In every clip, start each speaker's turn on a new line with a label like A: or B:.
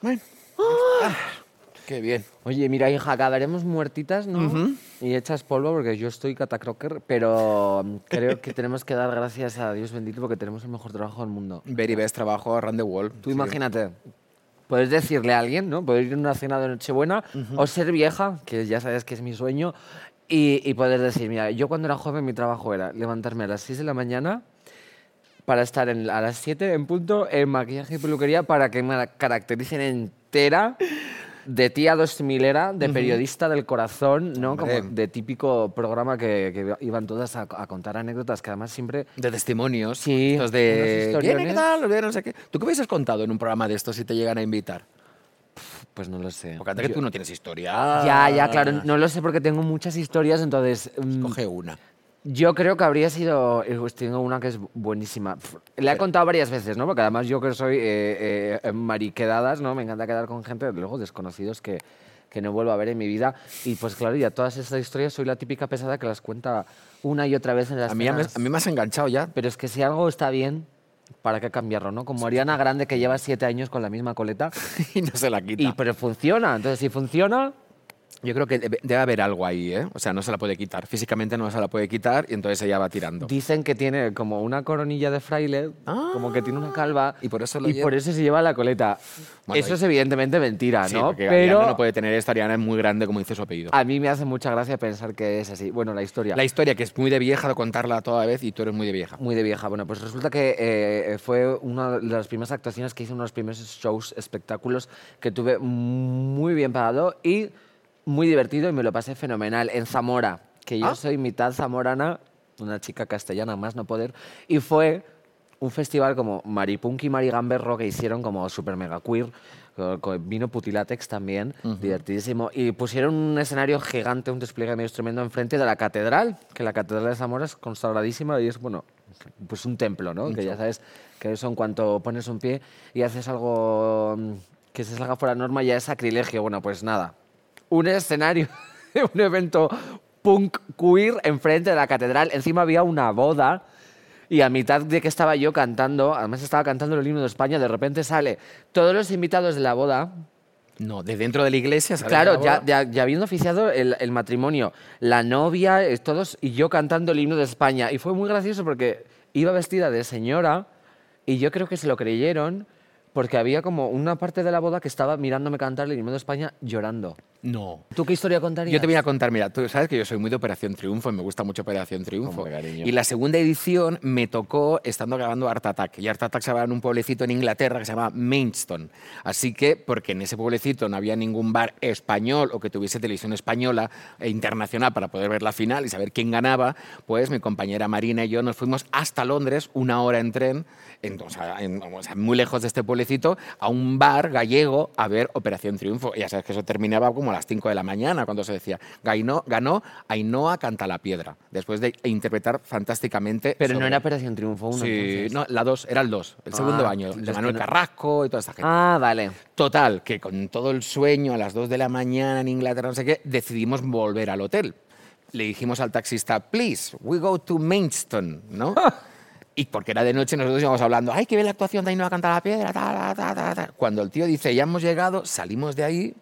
A: Bueno. Ah, qué bien.
B: Oye, mira, hija, acabaremos muertitas, ¿no?
A: Ujú.
B: Y hechas polvo, porque yo estoy catacroker, pero mm, creo que tenemos que dar gracias a Dios bendito porque tenemos el mejor trabajo del mundo.
A: Very best trabajo, Run the Wall.
B: Tú imagínate, puedes decirle a alguien, ¿no? Poder ir a una cena de Nochebuena o ser vieja, que ya sabes que es mi sueño, y, y poder decir, mira, yo cuando era joven mi trabajo era levantarme a las 6 de la mañana para estar en- a las 7 en punto en maquillaje y peluquería para que me caractericen entera de tía dos milera, de periodista del corazón, ¿no?
A: Hombre.
B: Como de típico programa que, que iban todas a, a contar anécdotas, que además siempre...
A: De testimonios.
B: Sí,
A: Estos
B: unos
A: de.
B: historiones.
A: Bien, ¿qué tal? Bien, no sé qué. ¿Tú qué hubieses contado en un programa de estos si te llegan a invitar?
B: Pues no lo sé.
A: Porque antes que tú no tienes historia.
B: Ya,
A: Ah,
B: ya, claro. No lo sé porque tengo muchas historias, entonces mm,
A: Coge una.
B: yo creo que habría sido... eh, pues tengo una que es buenísima. Pf, La he contado varias veces, ¿no? Porque además yo que soy eh, eh, mariquedadas, ¿no? Me encanta quedar con gente, luego desconocidos que, que no vuelvo a ver en mi vida. Y pues claro, ya todas estas historias soy la típica pesada que las cuenta una y otra vez en las
A: A mí, ya me,
B: cenas.
A: a mí me has enganchado ya.
B: Pero es que si algo está bien, ¿para qué cambiarlo, no? Como Ariana Grande que lleva siete años con la misma coleta.
A: y no se la quita.
B: Y, pero funciona. Entonces, si funciona...
A: Yo creo que debe debe haber algo ahí, ¿eh? O sea, no se la puede quitar. Físicamente no se la puede quitar y entonces ella va tirando.
B: Dicen que tiene como una coronilla de fraile,
A: Ah.
B: como que tiene una calva.
A: Y por eso lo
B: y
A: lleva.
B: por eso se lleva la coleta.
A: Bueno,
B: eso
A: y-
B: es evidentemente mentira,
A: Sí,
B: ¿no?
A: porque Ariana
B: Pero
A: no puede tener esta Ariana es muy grande, como dice su apellido.
B: a mí me hace mucha gracia pensar que es así. Bueno, la historia.
A: La historia, que es muy de vieja de contarla toda vez y tú eres muy de vieja.
B: Muy de vieja. Bueno, pues resulta que eh, eh, fue una de las primeras actuaciones que hice, uno de los primeros shows, espectáculos que tuve muy bien pagado y muy divertido y me lo pasé fenomenal en Zamora, que yo
A: Ah.
B: soy mitad zamorana, una chica castellana más no poder, y fue un festival como Maripunk y Marigamberro que hicieron como super mega queer, co- con vino Putilatex también, divertidísimo, y pusieron un escenario gigante, un despliegue de medios tremendo enfrente de la catedral, que la catedral de Zamora es consagradísima y es, bueno, pues un templo, ¿no? Que ya sabes que eso en cuanto pones un pie y haces algo mm, que se salga fuera de norma ya es sacrilegio, bueno, pues nada, un escenario, de un evento punk queer enfrente de la catedral. Encima había una boda y a mitad de que estaba yo cantando, además estaba cantando el himno de España, de repente sale todos los invitados de la boda.
A: No, de dentro de la iglesia. sale de
B: Claro,
A: la
B: ya,
A: boda.
B: ya, ya habiendo oficiado el, el matrimonio, la novia, eh, todos, y yo cantando el himno de España. Y fue muy gracioso porque iba vestida de señora y yo creo que se lo creyeron porque había como una parte de la boda que estaba mirándome cantar el himno de España llorando.
A: No.
B: ¿Tú qué historia contarías?
A: Yo te voy a contar, mira, tú sabes que yo soy muy de Operación Triunfo y me gusta mucho Operación Triunfo.
B: Hombre, cariño.
A: Y la segunda edición me tocó estando grabando Art Attack. Y Art Attack se grababa en un pueblecito en Inglaterra que se llama Mainston. Así que, porque en ese pueblecito no había ningún bar español o que tuviese televisión española e internacional para poder ver la final y saber quién ganaba, pues mi compañera Marina y yo nos fuimos hasta Londres, una hora en tren, en- o sea, en- o sea, muy lejos de este pueblecito, a un bar gallego a ver Operación Triunfo. Y ya sabes que eso terminaba como a las 5 de la mañana, cuando se decía, ganó, ganó Ainhoa Canta la Piedra, después de interpretar fantásticamente.
B: Pero no
A: sobre-
B: era Operación Triunfo uno,
A: Sí,
B: entonces.
A: no, la 2, era el 2, el
B: Ah,
A: segundo año, de
B: entonces
A: Manuel
B: que no-
A: Carrasco y toda esta gente.
B: Ah, vale.
A: Total, que con todo el sueño a las 2 de la mañana en Inglaterra, no sé qué, decidimos volver al hotel. Le dijimos al taxista, please, we go to Mainston, ¿no? Y porque era de noche, nosotros íbamos hablando, ay, que ve la actuación de ahí no va a cantar la piedra, ta, ta, ta, ta, ta". Cuando el tío dice, ya hemos llegado, salimos de ahí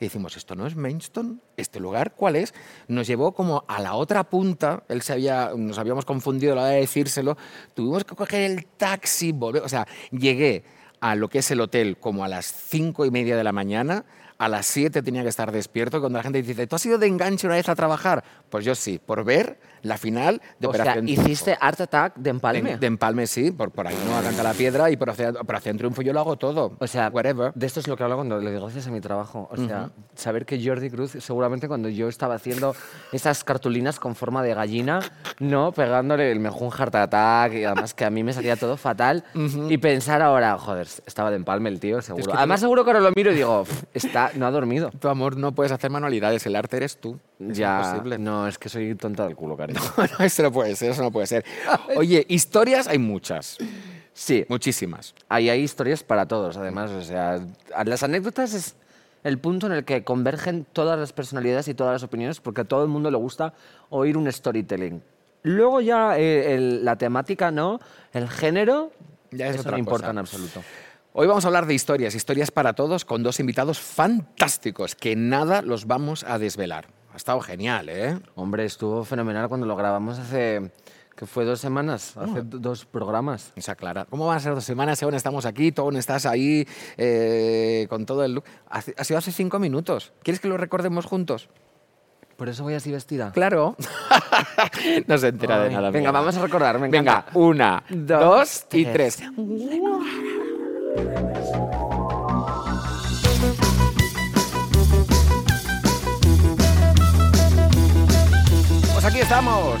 A: y decimos, ¿esto no es Mainston? ¿Este lugar cuál es? Nos llevó como a la otra punta, él se había, nos habíamos confundido a la hora de decírselo, tuvimos que coger el taxi, volver, o sea, llegué a lo que es el hotel como a las cinco y media de la mañana, a las 7 tenía que estar despierto, cuando la gente dice, ¿tú has ido de enganche una vez a trabajar? Pues yo sí, por ver la final de
B: o sea,
A: Operación Triunfo.
B: hiciste Art Attack de empalme.
A: De, de empalme sí, por, por ahí no arranca la piedra y por hacer, por hacer triunfo yo lo hago todo.
B: o sea,
A: whatever.
B: de esto es lo que hablo cuando le digo gracias a mi trabajo. O sea, saber que Jordi Cruz, seguramente cuando yo estaba haciendo esas cartulinas con forma de gallina, ¿no? Pegándole el mejor Heart Attack y además que a mí me salía todo fatal. Y pensar ahora, joder, estaba de empalme el tío, seguro.
A: que tú-
B: además, seguro que ahora lo miro y digo, "Pff, está, no ha dormido.
A: Tu amor, no puedes hacer manualidades, el arte eres tú. Es
B: ya.
A: imposible.
B: No, es que soy tonta del culo, cariño.
A: No, eso no puede ser, eso no puede ser. Oye, historias hay muchas,
B: Sí.
A: muchísimas.
B: Ahí hay historias para todos, además. O sea, a- las anécdotas es el punto en el que convergen todas las personalidades y todas las opiniones, porque a todo el mundo le gusta oír un storytelling. Luego ya eh, el- la temática, ¿no? El género,
A: Ya es
B: eso
A: otra
B: no importa
A: cosa.
B: en absoluto.
A: Hoy vamos a hablar de historias, historias para todos, con dos invitados fantásticos que nada los vamos a desvelar. Ha estado genial, ¿eh?
B: Hombre, estuvo fenomenal cuando lo grabamos hace, que fue dos semanas, hace do- dos programas.
A: Nos aclara. ¿Cómo van a ser dos semanas si aún estamos aquí, tú aún estás ahí eh, con todo el look? Ha, ha sido hace cinco minutos. ¿Quieres que lo recordemos juntos?
B: Por eso voy así vestida.
A: Claro. no se entera de
B: Ay,
A: nada. mierda.
B: venga, vamos a recordar, me
A: Venga,
B: encanta.
A: una, dos,
B: Dos,
A: y
B: tres.
A: tres. Pues aquí estamos.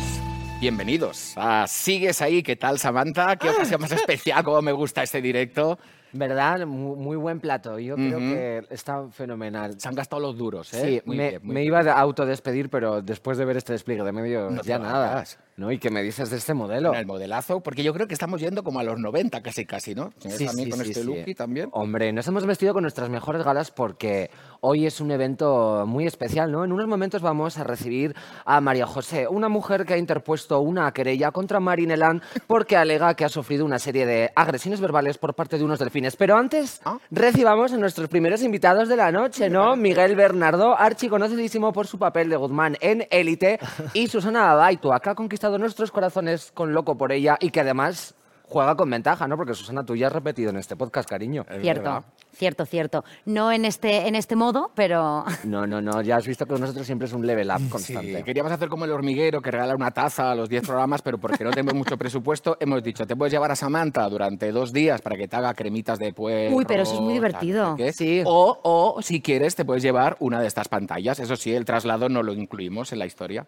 A: Bienvenidos a Sigues ahí, ¿qué tal Samantha? Qué ocasión más especial, cómo me gusta este directo.
B: ¿Verdad? Muy, muy buen plato. Yo creo que está fenomenal.
A: Se han gastado los duros,
B: Sí,
A: ¿eh?
B: me,
A: bien, muy
B: me
A: bien.
B: iba a autodespedir, pero después de ver este despliegue de medio,
A: No te
B: ya
A: lo
B: nada.
A: hagas.
B: ¿No? ¿Y qué me dices de este modelo?
A: Bueno, el modelazo, porque yo creo que estamos yendo como a los 90 casi casi, ¿no? ¿Me ves a mí con este
B: sí.
A: look y también.
B: Hombre, nos hemos vestido con nuestras mejores galas porque hoy es un evento muy especial, ¿no? En unos momentos vamos a recibir a María José, una mujer que ha interpuesto una querella contra Marinelán porque alega que ha sufrido una serie de agresiones verbales por parte de unos delfines. Pero antes
A: Ah.
B: recibamos a nuestros primeros invitados de la noche, ¿no? Miguel Bernardo, archiconocidísimo por su papel de Guzmán en Élite, y Susana Abaitua, que ha conquistado nuestros corazones con Loco por ella y que además juega con ventaja, ¿no? Porque Susana, tú ya has repetido en este podcast, cariño.
A: Es
C: Cierto,
A: verdad.
C: cierto, cierto. No en este, en este modo, pero
B: No, no, no, ya has visto que nosotros siempre es un level up constante.
A: Sí, queríamos hacer como el hormiguero que regala una taza a los 10 programas, pero porque no tenemos mucho presupuesto, hemos dicho, te puedes llevar a Samantha durante dos días para que te haga cremitas de puerro.
C: Uy, pero eso es muy
A: tal,
C: divertido.
A: no sé qué.
B: Sí.
A: O, o, si quieres, te puedes llevar una de estas pantallas. Eso sí, el traslado no lo incluimos en la historia.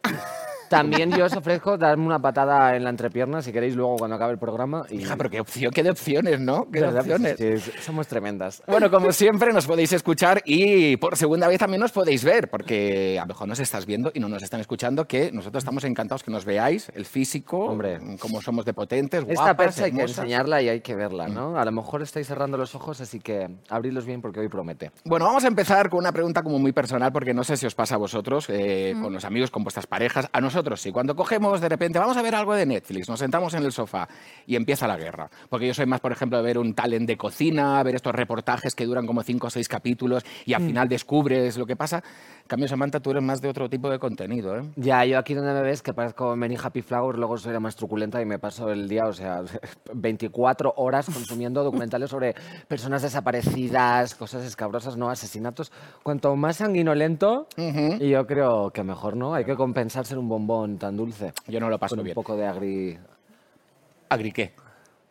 B: También yo os ofrezco darme una patada en la entrepierna si queréis luego cuando acabe el programa. Y...
A: Hija, pero qué opción, qué de opciones, ¿no? Qué de
B: ¿Verdad? Pues
A: opciones.
B: es que somos tremendas.
A: Bueno, como siempre, nos podéis escuchar y por segunda vez también nos podéis ver, porque a lo mejor nos estás viendo y no nos están escuchando, que nosotros estamos encantados que nos veáis, el físico,
B: Hombre.
A: cómo somos de potentes,
B: Esta
A: guapas,
B: percha hay que
A: hermosas.
B: enseñarla y hay que
A: Mm.
B: verla, ¿no? A lo mejor estáis cerrando los ojos, así que abridlos bien porque hoy promete.
A: Bueno, vamos a empezar con una pregunta como muy personal, porque no sé si os pasa a vosotros, eh,
B: Mm.
A: con los amigos, con vuestras parejas. A nosotros sí. Cuando cogemos de repente, vamos a ver algo de Netflix, nos sentamos en el sofá y empieza la guerra. Porque yo soy más, por ejemplo, de ver un talent de cocina, ver estos reportajes que duran como cinco o seis capítulos y
B: Mm.
A: al final descubres lo que pasa. En cambio, Samantha, tú eres más de otro tipo de contenido, ¿eh?
B: Ya, yo aquí donde me ves, que parezco Many Happy Flowers, luego soy la más truculenta y me paso el día, o sea, 24 horas consumiendo documentales sobre personas desaparecidas, cosas escabrosas, no asesinatos. Cuanto más sanguinolento, y yo creo que mejor, ¿no? Hay que compensar ser un bombón tan dulce.
A: Yo no lo paso
B: Con un
A: bien.
B: poco de agri...
A: Agriqué.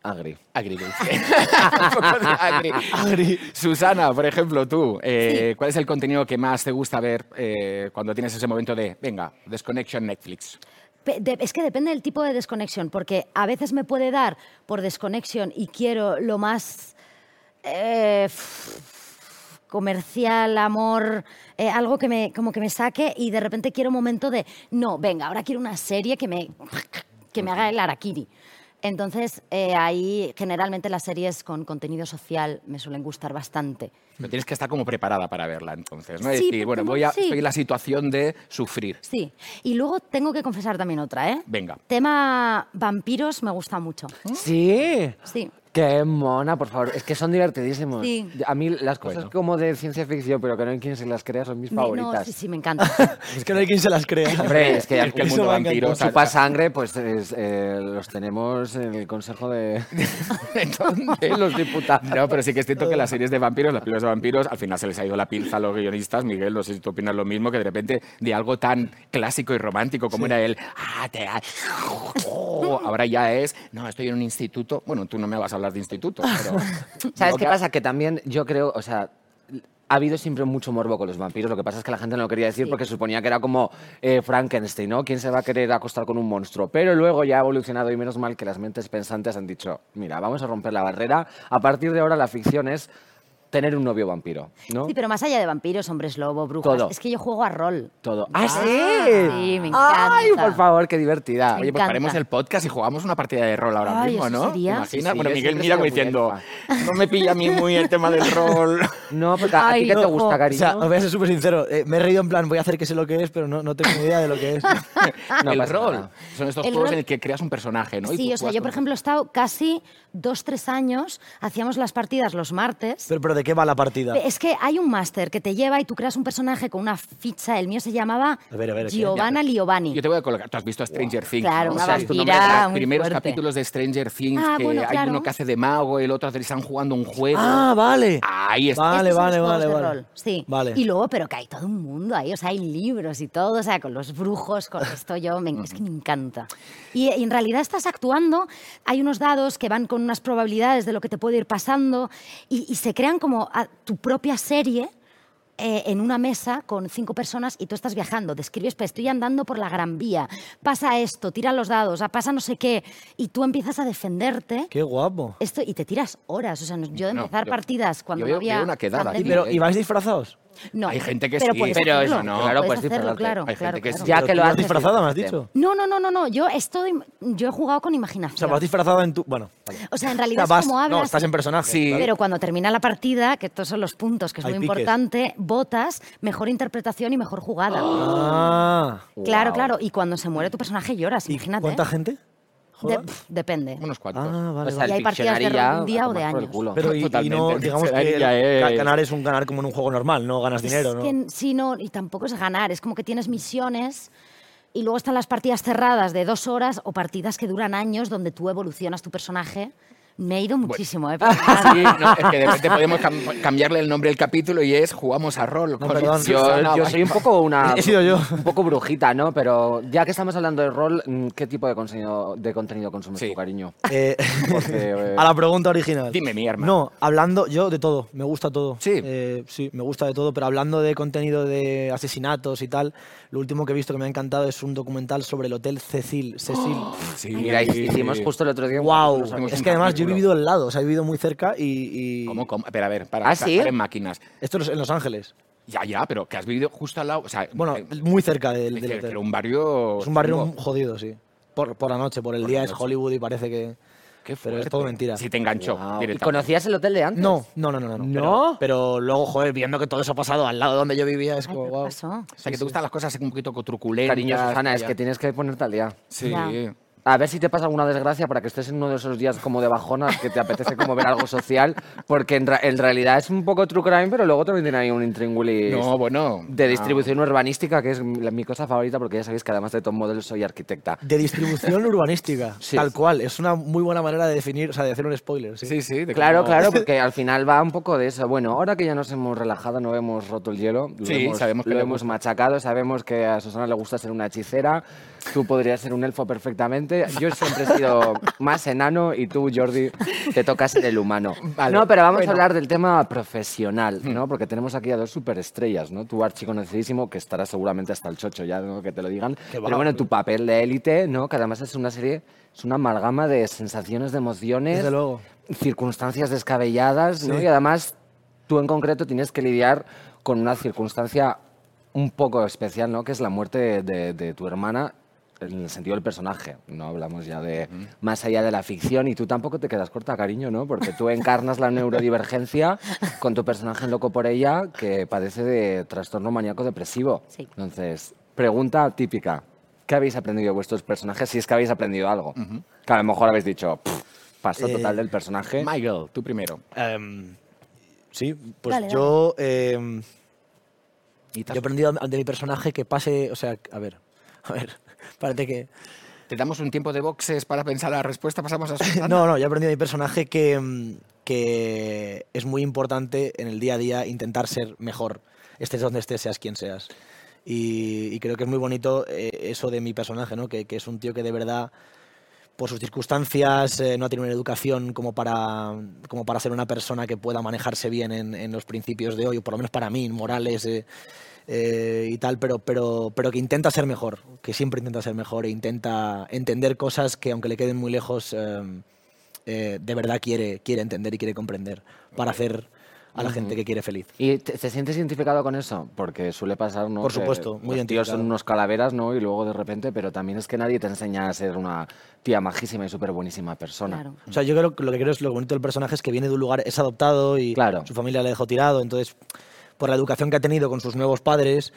B: agri.
A: Agridulce. Un poco de agri. Susana, por ejemplo, tú, eh, ¿cuál es el contenido que más te gusta ver eh, cuando tienes ese momento de, venga, desconexión Netflix?
C: pe- de- es que depende del tipo de desconexión, porque a veces me puede dar por desconexión y quiero lo más eh, f- comercial, amor, eh, algo que me, como que me saque y de repente quiero un momento de, no, venga, ahora quiero una serie que me, que me haga el araquiri. Entonces, eh, ahí generalmente las series con contenido social me suelen gustar bastante.
A: Pero tienes que estar como preparada para verla, entonces, ¿no? Es
C: Sí,
A: decir, bueno,
C: porque no-
A: voy a,
C: sí.
A: estoy en la situación de sufrir.
C: Sí, y luego tengo que confesar también otra, ¿eh?
A: Venga.
C: Tema vampiros me gusta mucho.
A: ¿Mm?
B: Sí.
C: Sí.
B: Qué mona, por favor. Es que son divertidísimos.
C: Sí.
B: A mí las cosas
A: Bueno.
B: como de ciencia ficción, pero que no hay quien se las crea, son mis
C: Me- no,
B: favoritas.
C: sí, sí, me encanta.
D: Es que no hay quien se las crea.
B: Hombre, es que
A: Es que el
D: Eso
A: mundo
D: va a encantar.
A: vampiro...
B: Los chupa sangre, pues es, eh, los tenemos en el Consejo de
A: Entonces,
B: los Diputados.
A: No, pero sí que es cierto que las series de vampiros, las películas de vampiros, al final se les ha ido la pinza a los guionistas. Miguel, no sé si tú opinas lo mismo, que de repente de algo tan clásico y romántico como era el... "Ah, te- ah, oh", ahora ya es... No, estoy en un instituto. Bueno, tú no me vas a hablar de instituto, pero...
B: ¿Sabes
A: No,
B: qué
A: que-
B: pasa? Que también yo creo, o sea, ha habido siempre mucho morbo con los vampiros. Lo que pasa es que la gente no lo quería decir
C: Sí.
B: porque suponía que era como eh, Frankenstein, ¿no? ¿Quién se va a querer acostar con un monstruo? Pero luego ya ha evolucionado y menos mal que las mentes pensantes han dicho, mira, vamos a romper la barrera. A partir de ahora la ficción es tener un novio vampiro, ¿no?
C: Sí, pero más allá de vampiros, hombres lobo, brujas.
B: Todo.
C: Es que yo juego a rol.
B: Todo. ¡Ah, sí!
C: sí, me
B: ¡Ay,
C: encanta.
B: por favor, qué divertida!
A: Oye,
C: Me
A: pues
C: encanta.
A: paremos el podcast y jugamos una partida de rol ahora
C: Ay,
A: mismo,
C: ¿eso
A: ¿no? ¿Te
C: sería?
A: imaginas?
B: Sí, sí,
A: bueno,
B: yo
A: Miguel
B: siempre
A: mira
B: he sido
A: como
B: muy
A: diciendo,
B: elfa.
A: no me pilla a mí muy el tema del rol.
B: No, porque a, a ti
C: Ay,
B: qué te
C: loco.
B: gusta,
D: O
B: cariño.
D: sea, os voy a ser súper sincero. eh, me he reído en plan, voy a hacer que sé lo que es, pero no, no tengo ni idea de lo que es.
B: No
A: el
B: pasa
A: rol.
B: nada.
A: Son estos
C: El
A: juegos
C: rol-
A: en el que creas un personaje, ¿no? Y
C: Sí,
A: tú
C: o sea,
A: juegas
C: yo
A: con
C: por
A: él.
C: ejemplo he estado casi dos, tres años, hacíamos las partidas los martes.
D: Pero, pero ¿de qué va la partida?
C: Es que hay un máster que te lleva y tú creas un personaje con una ficha. El mío se llamaba
D: A ver, a ver, ¿qué?
C: Giovanna Liovani.
A: Yo te voy a colocar. Tú has visto Stranger Things.
C: Claro,
A: ¿no?
C: una
A: ¿Sabes tu nombre
C: vampira
A: de los
C: muy
A: primeros
C: fuerte.
A: capítulos de Stranger Things
C: Ah,
A: que
C: bueno,
A: hay
C: claro.
A: uno que hace de mago, el otro hace están jugando un juego.
D: Ah, vale.
A: Ahí está.
D: Vale,
C: Estos son
D: vale,
C: los juegos
D: vale,
C: de
D: vale.
C: rol, sí.
D: Vale.
C: Y luego, pero que hay todo un mundo ahí, o sea, hay libros y todo, o sea, con los brujos, con esto yo, me- es que me encanta. Y, y en realidad estás actuando, hay unos dados que van con unas probabilidades de lo que te puede ir pasando y, y se crean como a- tu propia serie. eh, en una mesa con cinco personas y tú estás viajando, describes, pues estoy andando por la Gran Vía, pasa esto, tira los dados, ah, pasa no sé qué, y tú empiezas a defenderte
D: Qué guapo.
C: esto y te tiras horas. O sea, no- yo de
A: No,
C: empezar
A: yo-
C: partidas cuando
A: yo
C: no
A: veo-
C: había
A: veo una quedada,
D: ¿Y,
C: pandemia-
D: pero, ¿y vais disfrazados?
C: no,
A: Hay gente que
C: pero
A: sí,
C: puedes
A: pero eso
C: hacerlo,
A: no, claro, pues
C: puedes
B: puedes
C: hacerlo,
B: disfrazarte.
C: claro,
A: Hay gente
C: claro,
A: que
C: claro.
A: sí.
B: Ya
D: Pero
B: que
D: tú
B: lo
D: vas
B: haces,
D: disfrazada, me has
B: disfrázate.
D: dicho.
C: No, no, no, no, no. Yo estoy, yo he jugado con
D: O sea,
C: imaginación.
D: vas disfrazada en tu... Bueno. vale.
C: O sea, en
D: O
C: realidad
D: sea,
C: es
D: vas-
C: como hablas.
D: no, estás en personaje.
A: Sí.
D: claro.
C: Pero cuando termina la partida, que estos son los puntos, que es
D: Hay
C: muy
D: piques.
C: importante, votas mejor interpretación y mejor jugada.
D: Ah.
C: Claro,
B: Guau.
C: claro. Y cuando se muere tu personaje lloras,
D: ¿Y
C: imagínate.
D: cuánta gente?
C: De-
D: juega?
C: pf, depende.
A: Unos cuantos.
D: Ah, vale.
B: O sea,
C: Y
D: vale.
B: el
C: hay partidas de
B: Pictionary ya
C: rol de un
B: a
C: día o de
B: tomar por el
C: años.
B: culo.
D: Pero y- y, no,
A: Totalmente,
D: digamos
A: será
D: que
A: ya,
D: el- ga-
A: eh.
D: ganar es un ganar como en un juego normal, no ganas dinero,
C: Es
D: ¿no?
C: que n- sí, no, y tampoco es ganar, es como que tienes misiones y luego están las partidas cerradas de dos horas o partidas que duran años donde tú evolucionas tu personaje. Me he ido muchísimo, ¿eh?
A: Sí, no, es que de repente podemos cam- cambiarle el nombre del capítulo y es Jugamos a Rol. con
D: perdón,
A: Susana
B: Yo, yo soy un poco una.
D: He sido yo.
B: Un poco brujita, ¿no? Pero ya que estamos hablando de rol, mm, ¿qué tipo de contenido, de contenido consumes
A: Sí.
B: tu cariño?
D: Eh,
B: Porque, eh,
D: a la pregunta original.
A: Dime, mi hermano.
D: No, hablando yo de todo, me gusta todo.
A: Sí.
D: Eh, sí, me gusta de todo, pero hablando de contenido de asesinatos y tal, lo último que he visto que me ha encantado es un documental sobre el Hotel Cecil. Cecil.
A: Sí,
B: Mira,
A: sí,
B: hicimos
A: sí.
B: justo el otro día. un
D: ¡Wow!
B: capítulo sobre-
A: hicimos
D: Es
A: un
D: que además yo
A: capítulo.
D: he vivido al lado, o sea, he vivido muy cerca y. y-
A: ¿Cómo, cómo? Espera, a ver, para,
B: ¿Ah, sí?
A: para en máquinas.
D: Esto es en Los Ángeles.
A: Ya, ya, pero que has vivido justo al lado. O sea,
D: Bueno,
A: eh,
D: muy cerca del,
A: es
D: del
A: que-
D: hotel.
A: pero un barrio.
D: Es un barrio
A: chungo.
D: jodido, sí. Por, por la noche, por el
A: Por la
D: día es
A: noche.
D: Hollywood y parece que.
A: Qué
D: pero es
A: fuerte.
D: todo mentira.
A: Sí, te enganchó.
B: Wow. ¿Y
A: directamente.
B: conocías el hotel de antes?
D: No, no, no, no. No.
B: ¿No?
D: Pero, pero luego, joder, viendo que todo eso ha pasado al lado donde yo vivía, es
C: Ay,
D: como,
C: ¿qué
D: guau.
C: pasó?
A: O sea, que te gustan las cosas así como un poquito truculentas.
B: Cariño, Susana, es
A: ya.
B: que tienes que ponerte al día.
A: Sí.
C: Ya.
B: A ver si te pasa alguna desgracia para que estés en uno de esos días como de bajona, que te apetece como ver algo social, porque en, ra- en realidad es un poco true crime, pero luego también tiene ahí un intríngulis
A: No, bueno.
B: Este,
A: ah,
B: de
A: no.
B: distribución urbanística, que es la- mi cosa favorita, porque ya sabéis que además de Tom Model soy arquitecta.
D: De distribución urbanística,
B: Sí.
D: tal cual. Es una muy buena manera de definir, o sea, de hacer un spoiler. Sí.
A: Sí, sí. de
B: Claro,
A: cómo-
B: claro, porque al final va un poco de eso. Bueno, ahora que ya nos hemos relajado, no hemos roto el hielo, lo
A: Sí,
B: hemos,
A: sabemos que
B: lo
A: le
B: hemos machacado, sabemos que a Susana le gusta ser una hechicera, tú podrías ser un elfo perfectamente. Yo siempre he sido más enano y tú, Jordi, te toca ser el humano. no, pero vamos a hablar del tema profesional,
A: Hmm.
B: ¿no? Porque tenemos aquí a dos superestrellas, ¿no? Tú, archiconocidísimo, que estará seguramente hasta el chocho ya, ¿no? que te lo digan. Pero bueno, tu papel de élite, ¿no? Que además es una serie, es una amalgama de sensaciones, de emociones
D: Desde luego.
B: circunstancias descabelladas, ¿no? Y además, tú en concreto tienes que lidiar con una circunstancia un poco especial, ¿no? Que es la muerte de, de- de tu hermana en el sentido del personaje, no hablamos ya de más allá de la ficción y tú tampoco te quedas corta, cariño, ¿no? Porque tú encarnas la neurodivergencia con tu personaje en loco por ella que padece de trastorno maníaco depresivo.
C: Sí.
B: Entonces, pregunta típica. ¿Qué habéis aprendido de vuestros personajes si es que habéis aprendido algo? Que a lo mejor habéis dicho, "Pff, paso total del personaje.
A: Michael, tú primero.
D: Em, sí, pues
C: Dale, dale.
D: yo. em,
A: Y
D: yo
A: te,
D: he aprendido de mi personaje que pase. O sea, a ver. A ver. Parece que.
A: te damos un tiempo de boxes para pensar la respuesta. Pasamos a Susana.
D: No, no, yo he aprendido de mi personaje que, mm, que es muy importante en el día a día intentar ser mejor, estés donde estés, seas quien seas. Y, y creo que es muy bonito eh, eso de mi personaje, ¿no? que, que es un tío que de verdad, por sus circunstancias, eh, no ha tenido una educación como para, como para ser una persona que pueda manejarse bien en, en los principios de hoy, o por lo menos para mí, morales. eh, eh, y tal, pero, pero, pero que intenta ser mejor, que siempre intenta ser mejor e intenta entender cosas que aunque le queden muy eh, lejos, em, eh, de verdad quiere, quiere entender y quiere comprender para hacer a la gente que quiere feliz.
B: ¿Y te, te sientes identificado con eso? Porque suele pasar, ¿no?
D: Por
B: Que
D: supuesto, muy
B: los tíos
D: identificado.
B: son unos calaveras, ¿no? Y luego de repente, pero también es que nadie te enseña a ser una tía majísima y súper buenísima persona.
C: Claro.
D: O sea, yo creo que lo que creo es lo bonito del personaje es que viene de un lugar, es adoptado y
B: Claro.
D: su familia le dejó tirado, entonces por la educación que ha tenido con sus nuevos padres,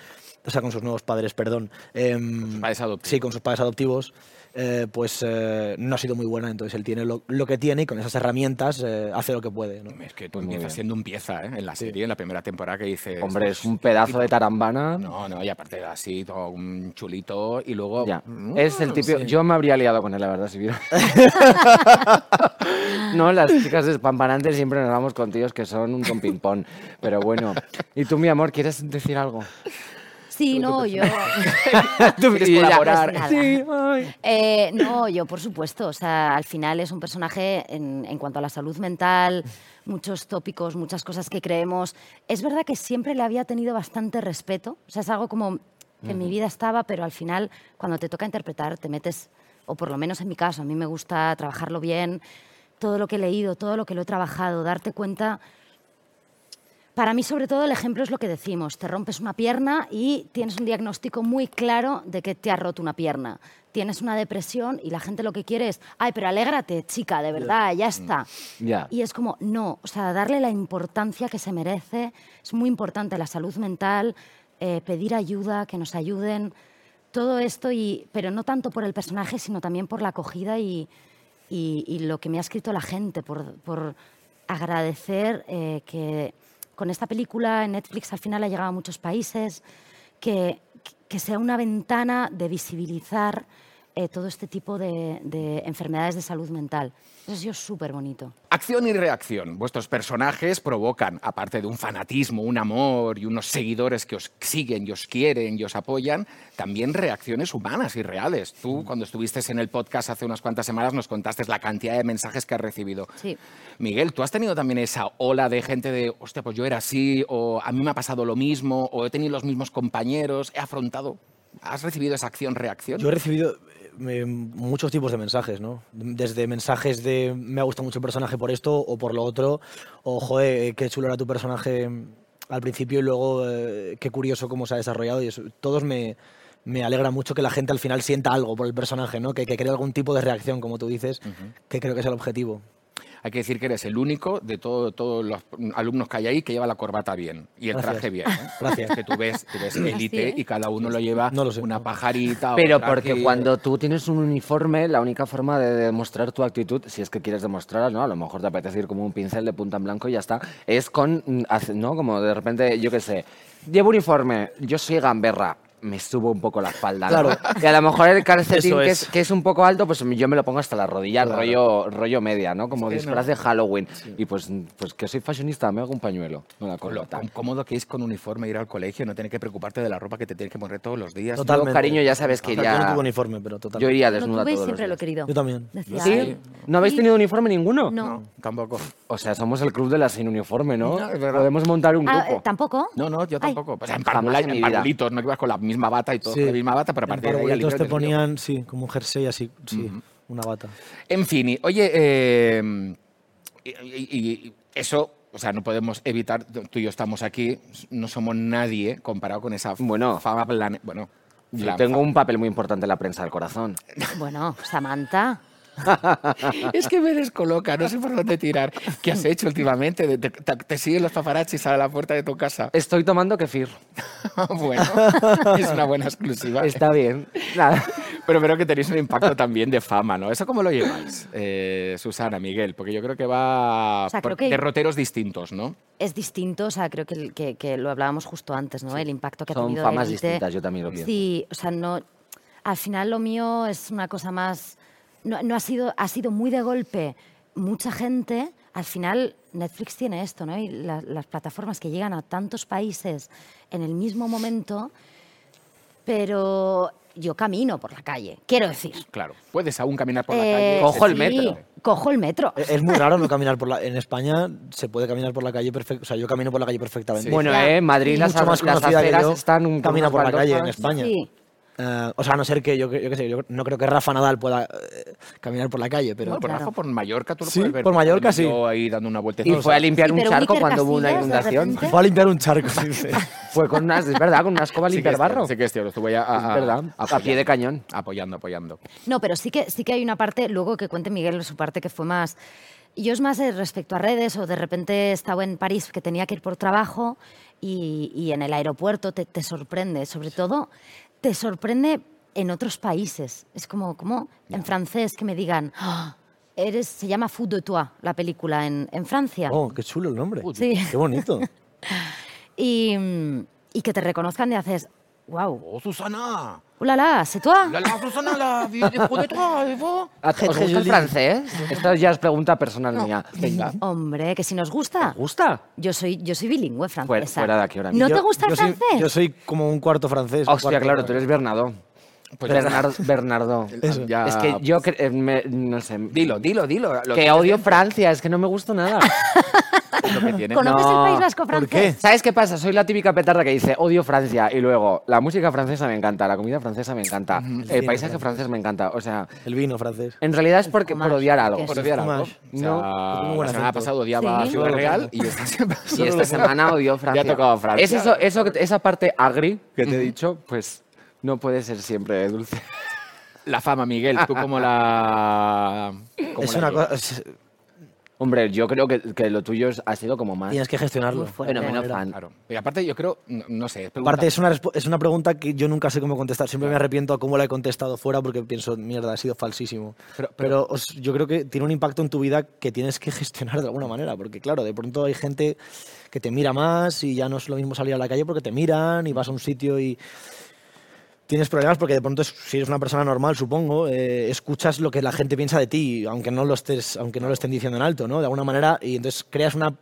D: o sea, con sus nuevos padres, perdón. em,
A: padres adoptivos.
D: Sí, con sus padres adoptivos, eh, pues eh, no ha sido muy buena, entonces él tiene lo, lo que tiene y con esas herramientas eh, hace lo que puede. ¿no?
A: Es que tú
B: Pues muy
A: empiezas
B: bien.
A: siendo un pieza ¿eh? en la serie, en la primera temporada, que dices...
B: Hombre, es un pedazo de tarambana.
A: No, no, y aparte así, todo un chulito, y luego...
B: Ya.
A: Mm,
B: Es el tipo. Yo me habría liado con él, la verdad, si hubiera. no, las chicas despampanantes siempre nos vamos con tíos que son un don ping-pong. Pero bueno. ¿Y tú, mi amor, quieres decir algo?
C: Sí, no, yo...
B: ¿Tú
A: ¿Quieres
B: y ella,
A: colaborar?
C: Pues nada.
B: Sí, ay.
C: Eh, no, yo por supuesto. O sea, al final es un personaje en, en cuanto a la salud mental, muchos tópicos, muchas cosas que creemos. Es verdad que siempre le había tenido bastante respeto. O sea, es algo como que en mi vida estaba, pero al final cuando te toca interpretar te metes, o por lo menos en mi caso, a mí me gusta trabajarlo bien, todo lo que he leído, todo lo que lo he trabajado, darte cuenta para mí, sobre todo, el ejemplo es lo que decimos. Te rompes una pierna y tienes un diagnóstico muy claro de que te has roto una pierna. Tienes una depresión y la gente lo que quiere es, ay, pero alégrate, chica, de verdad, ya está.
B: Ya.
C: Y es como, no, o sea, darle la importancia que se merece. Es muy importante la salud mental, eh, pedir ayuda, que nos ayuden. Todo esto, y, pero no tanto por el personaje, sino también por la acogida y, y- y lo que me ha escrito la gente, por, por agradecer eh, que con esta película en Netflix al final ha llegado a muchos países, que, que sea una ventana de visibilizar eh, todo este tipo de, de enfermedades de salud mental. Eso ha sido súper bonito.
A: Acción y reacción. Vuestros personajes provocan, aparte de un fanatismo, un amor y unos seguidores que os siguen y os quieren y os apoyan, también reacciones humanas y reales. Tú, cuando estuviste en el podcast hace unas cuantas semanas, nos contaste la cantidad de mensajes que has recibido.
C: Sí.
A: Miguel, ¿tú has tenido también esa ola de gente de, hostia, pues yo era así, o a mí me ha pasado lo mismo, o he tenido los mismos compañeros, he afrontado? ¿Has recibido esa acción-reacción?
D: Yo he recibido eh, me- muchos tipos de mensajes, ¿no? Desde mensajes de me ha gustado mucho el personaje por esto o por lo otro, o joder, eh, qué chulo era tu personaje al principio y luego eh, qué curioso cómo se ha desarrollado. Y eso, todos me, me alegra mucho que la gente al final sienta algo por el personaje, ¿no? Que, que cree algún tipo de reacción, como tú dices, que creo que es el objetivo.
A: Hay que decir que eres el único de todo- todos los alumnos que hay ahí que lleva la corbata bien y el
D: Gracias.
A: traje bien. ¿eh?
D: Gracias.
A: Es que tú ves, tú ves élite
C: ¿eh?
A: y cada uno lo lleva
D: No lo sé.
A: una pajarita. o
B: Pero
A: traje.
B: porque cuando tú tienes un uniforme, la única forma de demostrar tu actitud, si es que quieres demostrarla, ¿no? A lo mejor te apetece ir como un pincel de punta en blanco y ya está. Es con, mm, hace- ¿no? Como de repente, yo qué sé, llevo uniforme, yo soy gamberra, me subo un poco la espalda. ¿no?
D: Claro.
B: Y a lo mejor el calcetín,
D: Eso
B: que
D: es.
B: es, que es un poco alto, pues yo me lo pongo hasta la rodilla, rollo, rollo media, ¿no? Como disfraz de Halloween. Y pues, mm, pues que soy fashionista, me hago un pañuelo, no la
A: Con lo
B: corbata.
A: con- cómodo que es con uniforme ir al colegio, no tener que preocuparte de la ropa que te tienes que poner todos los días.
D: Total.
B: Yo,
D: totalmente.
B: cariño, ya sabes
D: O
B: que
D: sea, Yo no
B: ya...
D: tuve uniforme, pero total.
B: Yo iría
C: Lo
B: desnuda
C: tuve y
B: todos los
C: siempre lo he
B: días.
C: querido.
D: Yo también.
C: Decía,
B: ¿Sí?
C: "Ay,
B: ¿No habéis
C: sí".
B: tenido uniforme ninguno?
C: No.
A: No, tampoco.
B: O sea, somos el club de las sin uniforme, ¿no?
A: No, es verdad.
B: Podemos montar un
C: Ah, eh,
B: grupo.
C: ¿Tampoco?
A: No, no, yo
C: Ay.
A: tampoco. O sea, en,
B: Jamás
A: parvula-
B: en mi
A: en
B: vida.
A: parvulitos, no que ibas con la misma bata y todo,
D: Sí.
A: con la misma bata, pero a
D: En
A: partir de ahí...
D: parvuelitos
A: libre
D: te
A: albedrío.
D: ponían, sí, como un jersey así, sí, una bata.
A: En fin, y, oye, eh, y, y- y eso, o sea, no podemos evitar, tú y yo estamos aquí, no somos nadie comparado con esa
B: Bueno.
A: fama plane- Bueno,
B: Yo
A: flam-
B: tengo un papel muy importante en la prensa del corazón.
C: Bueno, Samantha.
A: Es que me descoloca, no sé por dónde tirar. ¿Qué has hecho últimamente? ¿Te, te- te siguen los paparazzis a la puerta de tu casa?
B: Estoy tomando kefir.
A: bueno, es una buena exclusiva.
B: Está bien. Nada.
A: Pero creo que tenéis un impacto también de fama, ¿no? ¿Eso cómo lo lleváis, eh, Susana, Miguel? Porque yo creo que va
C: O sea,
A: por
C: creo que-
A: derroteros distintos, ¿no?
C: Es distinto, o sea, creo que, el- que- que lo hablábamos justo antes, ¿no? El impacto que ha
B: Son
C: tenido.
B: famas
C: Élite.
B: distintas, yo también lo pienso.
C: Sí, o sea, no. Al final lo mío es una cosa más. No, no ha sido, ha sido muy de golpe. Mucha gente, al final Netflix tiene esto, ¿no? Y la- las plataformas que llegan a tantos países en el mismo momento, pero yo camino por la calle, quiero decir.
A: Claro, puedes aún caminar por la
C: Eh,
A: calle.
B: Cojo el
C: sí,
B: metro. Eh,
C: Cojo el metro.
D: Es es muy raro no caminar por la... En España se puede caminar por la calle perfectamente. O sea, yo camino por la calle perfectamente.
A: Sí.
B: Bueno,
C: Ya.
B: eh, Madrid, las,
D: mucho más
B: las
D: conocida que
B: aceras
D: yo,
B: están un
D: camina por la calle en España.
C: Sí.
D: Eh, o sea, a no ser que yo, que- yo qué sé, yo no creo que Rafa Nadal pueda eh, caminar por la calle, pero.
A: Bueno, por,
C: Claro.
A: abajo, por Mallorca tú lo
D: Sí,
A: puedes ver.
D: por Mallorca,
A: Yo
D: sí.
A: ahí dando una vuelta.
B: Y fue a limpiar
C: Sí,
B: un
C: pero
B: charco
C: Iker
B: cuando hubo una
C: Casillas, de
B: inundación.
C: repente.
D: Fue a limpiar un charco. sí, sí.
B: Fue con unas, es verdad, con una escoba
A: Sí que,
B: limpiar
A: es cierto,
B: barro.
A: sí que es cierto, estuve ya a,
B: Es
A: a-
B: verdad, a pie de cañón.
A: Apoyando, apoyando.
C: No, pero sí que, sí que hay una parte, luego que cuente Miguel su parte que fue más... Yo es más eh, respecto a redes o de repente estaba en París que tenía que ir por trabajo y, y en el aeropuerto te, te sorprende, sobre todo te sorprende en otros países. Es como, como en francés que me digan, "Ah, eres, se llama Fou de Toi la película en, en Francia.
D: Oh, qué chulo el nombre.
C: Sí.
D: Qué bonito.
C: Y, mm, y que te reconozcan y haces, wow,
A: ¡Oh, Susana!
C: ulala, c'est toi.
A: ¡La, la Susana, la vie de Fou de Troyes, vos!
B: ¿A- ¿Os gusta el francés? Esto ya es pregunta personal mía. Venga.
C: Hombre, que si nos gusta.
B: ¿Gusta?
C: Yo soy, yo soy bilingüe francesa.
B: fuera de aquí ahora
C: ¿No
D: Yo-
C: te gusta el
D: yo soy-
C: francés?
D: yo soy como un cuarto francés. un
B: Hostia,
D: cuarto-
B: claro, tú eres Bernardo.
A: Pues ya
B: Bernardo. Bernardo.
A: Eso. Ya-
B: Es que yo, cre- eh, me- no sé.
A: Dilo, dilo, dilo. Lo
B: Que odio Francia, es que no me gusta nada.
A: lo que tiene.
C: ¿Conoces
B: No,
C: el País Vasco
D: ¿por
C: francés?
D: qué?
B: ¿Sabes qué pasa? Soy la típica petarda que dice odio Francia y luego la música francesa me encanta, la comida francesa me encanta, el
D: sí,
B: paisaje
D: no.
B: francés me encanta. O sea,
D: El vino francés.
B: en realidad es porque, por
C: fromage,
B: odiar algo.
C: porque
B: Por
C: sí.
B: odiar algo.
D: Fromage.
A: No,
B: No.
D: muy
A: la
D: buen
A: semana
D: acento.
A: pasada odiaba
C: Sí.
A: a Ciudad Real y esta semana,
B: Y esta semana odió Francia.
A: Ya tocaba Francia.
B: Es eso, eso, que- esa parte agri que te he dicho, pues no puede ser siempre dulce.
A: La fama, Miguel, tú como la... como
D: Es
A: la
D: una
A: llevas?
D: cosa. es-
B: Hombre, yo creo que, que lo tuyo es- ha sido como más
D: Tienes que gestionarlo.
C: Muy fuerte.
B: bueno, menos
D: manera.
B: fan.
A: Claro. Y aparte yo creo, no, no sé, es pregunta-
D: Aparte, es una, respu- es una pregunta que yo nunca sé cómo contestar. Siempre me arrepiento a cómo la he contestado fuera porque pienso, mierda, ha sido falsísimo. Pero, os- yo creo que tiene un impacto en tu vida que tienes que gestionar de alguna manera. Porque, claro, de pronto hay gente que te mira más y ya no es lo mismo salir a la calle porque te miran y vas a un sitio y tienes problemas porque de pronto, es- si eres una persona normal, supongo, eh, escuchas lo que la gente piensa de ti, aunque no lo estés, aunque no lo estén diciendo en alto, ¿no? De alguna manera, y entonces creas una